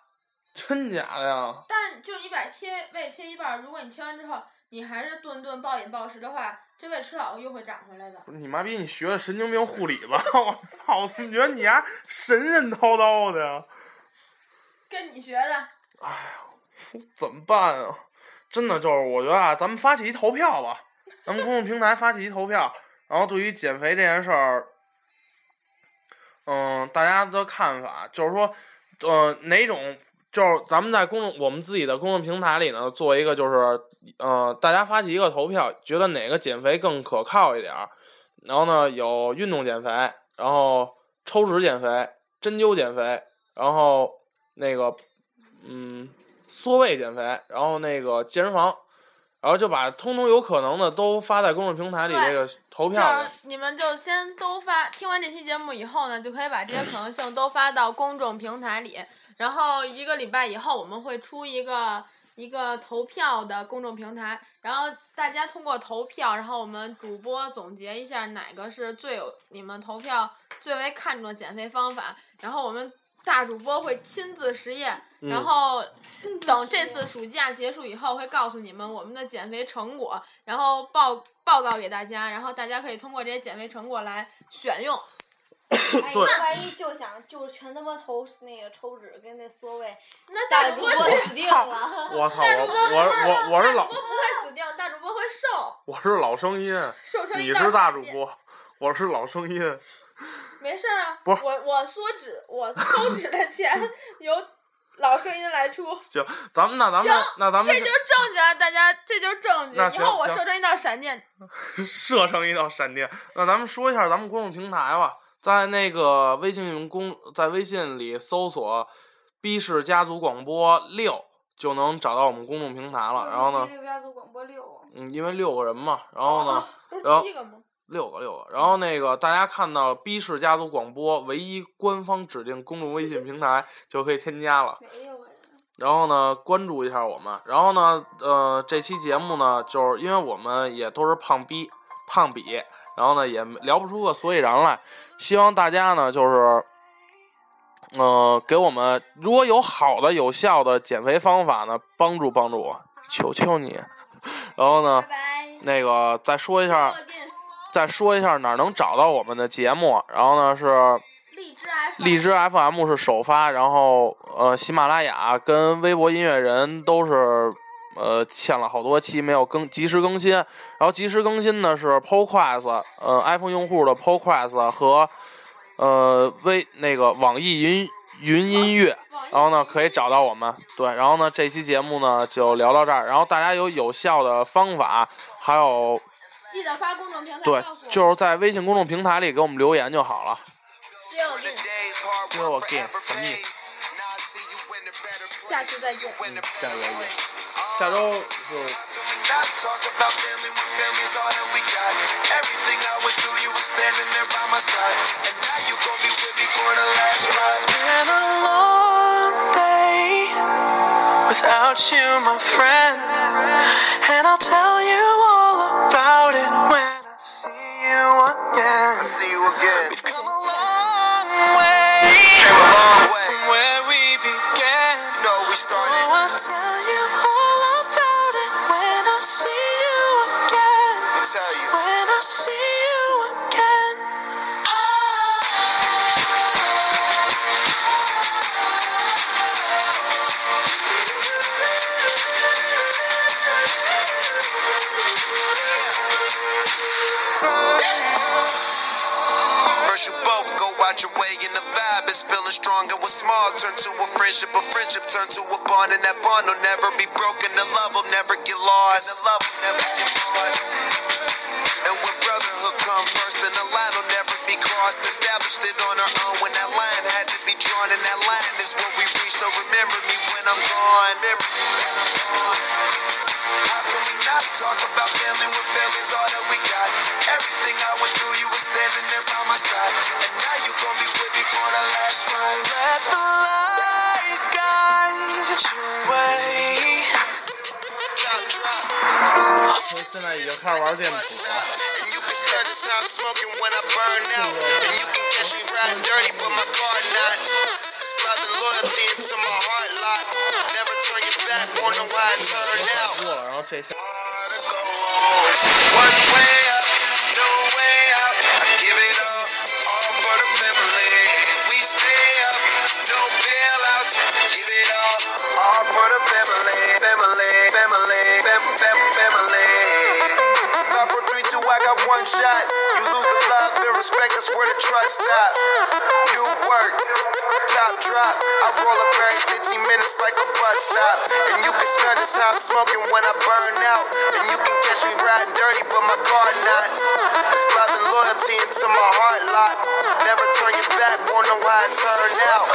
Speaker 6: 真假的呀？
Speaker 7: 但是就是你把切胃切一半儿，如果你切完之后，你还是顿顿暴饮暴食的话，这胃迟早又会长回来的。
Speaker 6: 不是你妈逼，你学的神经病护理吧？ 我操！我怎么觉得你丫神神叨叨的呀？
Speaker 7: 跟你学的，
Speaker 6: 怎么办啊？真的就是，我觉得啊，咱们发起一投票吧，咱们公众平台发起一投票，然后对于减肥这件事儿，嗯、大家的看法就是说，呃，哪种就是咱们在公众我们自己的公众平台里呢，做一个就是，呃，大家发起一个投票，觉得哪个减肥更可靠一点儿，然后呢，有运动减肥，然后抽脂减肥、针灸减肥，然后那个，嗯，缩胃减肥，然后那个健身房，然后就把通通有可能的都发在公众平台里
Speaker 7: 对
Speaker 6: 这个投
Speaker 7: 就
Speaker 6: 票里
Speaker 7: 是。你们就先都发。听完这期节目以后呢，就可以把这些可能性都发到公众平台里。然后一个礼拜以后，我们会出一个一个投票的公众平台，然后大家通过投票，然后我们主播总结一下哪个是最有你们投票最为看重的减肥方法，然后我们大主播会亲自实验，
Speaker 6: 嗯
Speaker 7: 然后等这次暑假结束以后会告诉你们我们的减肥成果，然后报报告给大家，然后大家可以通过这些减肥成果来选用。
Speaker 8: 哎，
Speaker 6: 对
Speaker 8: 万一就想就是全他妈投那个抽纸跟那缩位，
Speaker 7: 那
Speaker 8: 大
Speaker 7: 大
Speaker 8: 主
Speaker 7: 主
Speaker 8: 播
Speaker 7: 播去
Speaker 8: 死定了。
Speaker 6: 我操，
Speaker 7: 大
Speaker 6: 我
Speaker 7: 主播会
Speaker 6: 我我我是
Speaker 7: 大
Speaker 6: 老
Speaker 7: 主播不会死掉，大主播会瘦，
Speaker 6: 我是老声音，
Speaker 7: 瘦成一
Speaker 6: 你
Speaker 7: 道
Speaker 6: 是大
Speaker 7: 闪
Speaker 6: 主
Speaker 7: 电。
Speaker 6: 播，我是老声音。
Speaker 7: 没事儿啊，
Speaker 6: 不是
Speaker 7: 我我缩纸，我抽纸的 钱由老声音来出，
Speaker 6: 行，咱们那咱们那咱们
Speaker 7: 这就是证据啊！大家这就是证据。
Speaker 6: 那
Speaker 7: 以
Speaker 6: 行
Speaker 7: 后我
Speaker 6: 行
Speaker 7: 射成一道闪电，
Speaker 6: 射成一道闪电。那咱们说一下咱们公众平台吧，在那个微信公在微信里搜索“ B 市家族广播六”，就能找到我们公众平台了。然后呢，
Speaker 9: 这个嗯家族广播六，哦
Speaker 6: 嗯，因为六个人嘛，然后呢，
Speaker 7: 不是
Speaker 6: 然后
Speaker 7: 七个吗？
Speaker 6: 六个六个，然后那个大家看到 B 市家族广播唯一官方指定公众微信平台就可以添加了。
Speaker 9: 哪六个人？
Speaker 6: 然后呢，关注一下我们。然后呢，呃，这期节目呢，就是因为我们也都是胖逼、胖比，然后呢也聊不出个所以然来。希望大家呢，就是，呃，给我们如果有好的、有效的减肥方法呢，帮助帮助我，求求你。 然后呢，
Speaker 9: 拜。
Speaker 6: 那个再说一下，
Speaker 9: 电
Speaker 6: 再说一下哪儿能找到我们的节目。然后呢是。
Speaker 9: 荔枝 F，
Speaker 6: 荔枝 FM 是首发，然后呃，喜马拉雅跟微博音乐人都是呃欠了好多期没有更及时更新，然后及时更新呢是 Podcast，呃，iPhone 用户的 Podcast 和呃微那个网易云云音乐，
Speaker 7: 哦
Speaker 6: 然后呢可以找到我们，对，然后呢这期节目呢就聊到这儿，然后大家有有效的方法，还有
Speaker 7: 记得发公众平台
Speaker 6: 对
Speaker 7: 告诉，我。
Speaker 6: 就是在微信公众平台里给我们留言就好了。
Speaker 1: 有病。
Speaker 6: Still again，什么意思？
Speaker 7: 下次再见。
Speaker 6: 嗯，下周见，下周就。
Speaker 5: Not talk about family when family's all that we got. Everything I went through, you were standing there by my side. And now you gon' be with me for the last ride. It's been a long day without you, my friend. And I'll tell you all about it when I see you again. I see you again. We've come a long way. Came a long way. From where we began. You know we started. Oh, I'll tell you all about it when I see you again. I tell you. When I see you again.
Speaker 10: First you both go out your way and the vibe is feeling strong and what's small turn to a friendship, a friendship turn to a bond and that bond will never be broken, the love will never get lost. And when brotherhood come first, then the line will never be crossed. Established it on our own when that line had to be drawn and that line is what we reach. So remember me when I'm gone. How can we not talk about family when family's all that we got? Everything I went through, you were standing there by my side. And now you gon' be with me for the last ride. Let the light guide your way. Drop, drop.
Speaker 6: 说现在已经开始玩电子了。
Speaker 10: And you can start to stop smoking when I burn out. And you can catch me riding dirty, but my car not. It's love and loyalty into my heart lot. Never turn your back, won't know how it turned out.
Speaker 6: 过了，然后这下
Speaker 10: Hard to go on. One way up, no way out. I give it all, all for the family. We stay up, no bailouts. Give it all, all for the family, family, family, fam, fam, family. Five, four, three, two, I got one shot. You lose the love and respect, that's where the trust stop. New work, top drop. I roll up every 15 minutes like a bus stop. And you can smell this how I'm smoking when I burn out. And you can catch me riding dirty, but my car not. It's love and loyalty into my heart lot. Never turn your back, won't know how it turned out.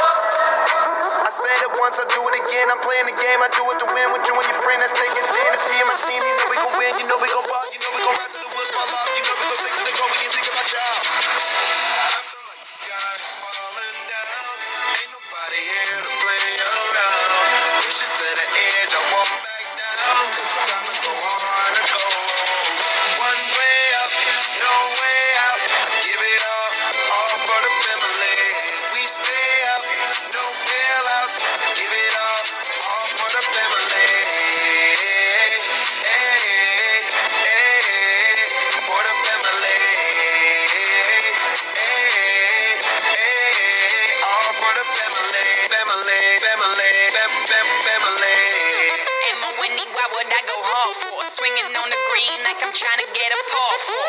Speaker 10: I said it once, I do it again. I'm playing the game, I do it to win with you and your friend. That's thinking then it's me and my team. You know we gon' win, you know we gon' ball, you know we gon' rise to the woods, fall off. You know we gon' stay to the goal when you think about y'all. I feel like the sky is falling down. Ain't nobody here to play around. Push it to the edge, I won't back down. 'cause it's time to go hard or go home. One way up, no way out. I give it all, all for the family. We stay up, no bailouts. Give it all, all for the family. For the family.
Speaker 4: I go hard for. Swinging on the green like I'm trying to get a paw for.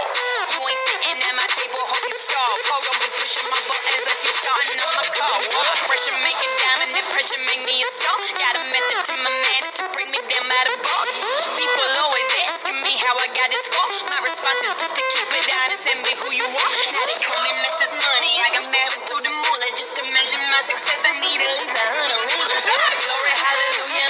Speaker 4: You ain't sitting at my table, hope you starve. Hold on, be pushing my buttons as you starting on my car. Whoa. Pressure make a diamond, that pressure make me a star. Got a method to my madness to bring me down out of bar. People always asking me how I got this far. My response is just to keep it honest and be who you are. Now they call me Mrs. Money. I got married to the moolah just to measure my success. I need at least a hundred rulers. Glory, hallelujah.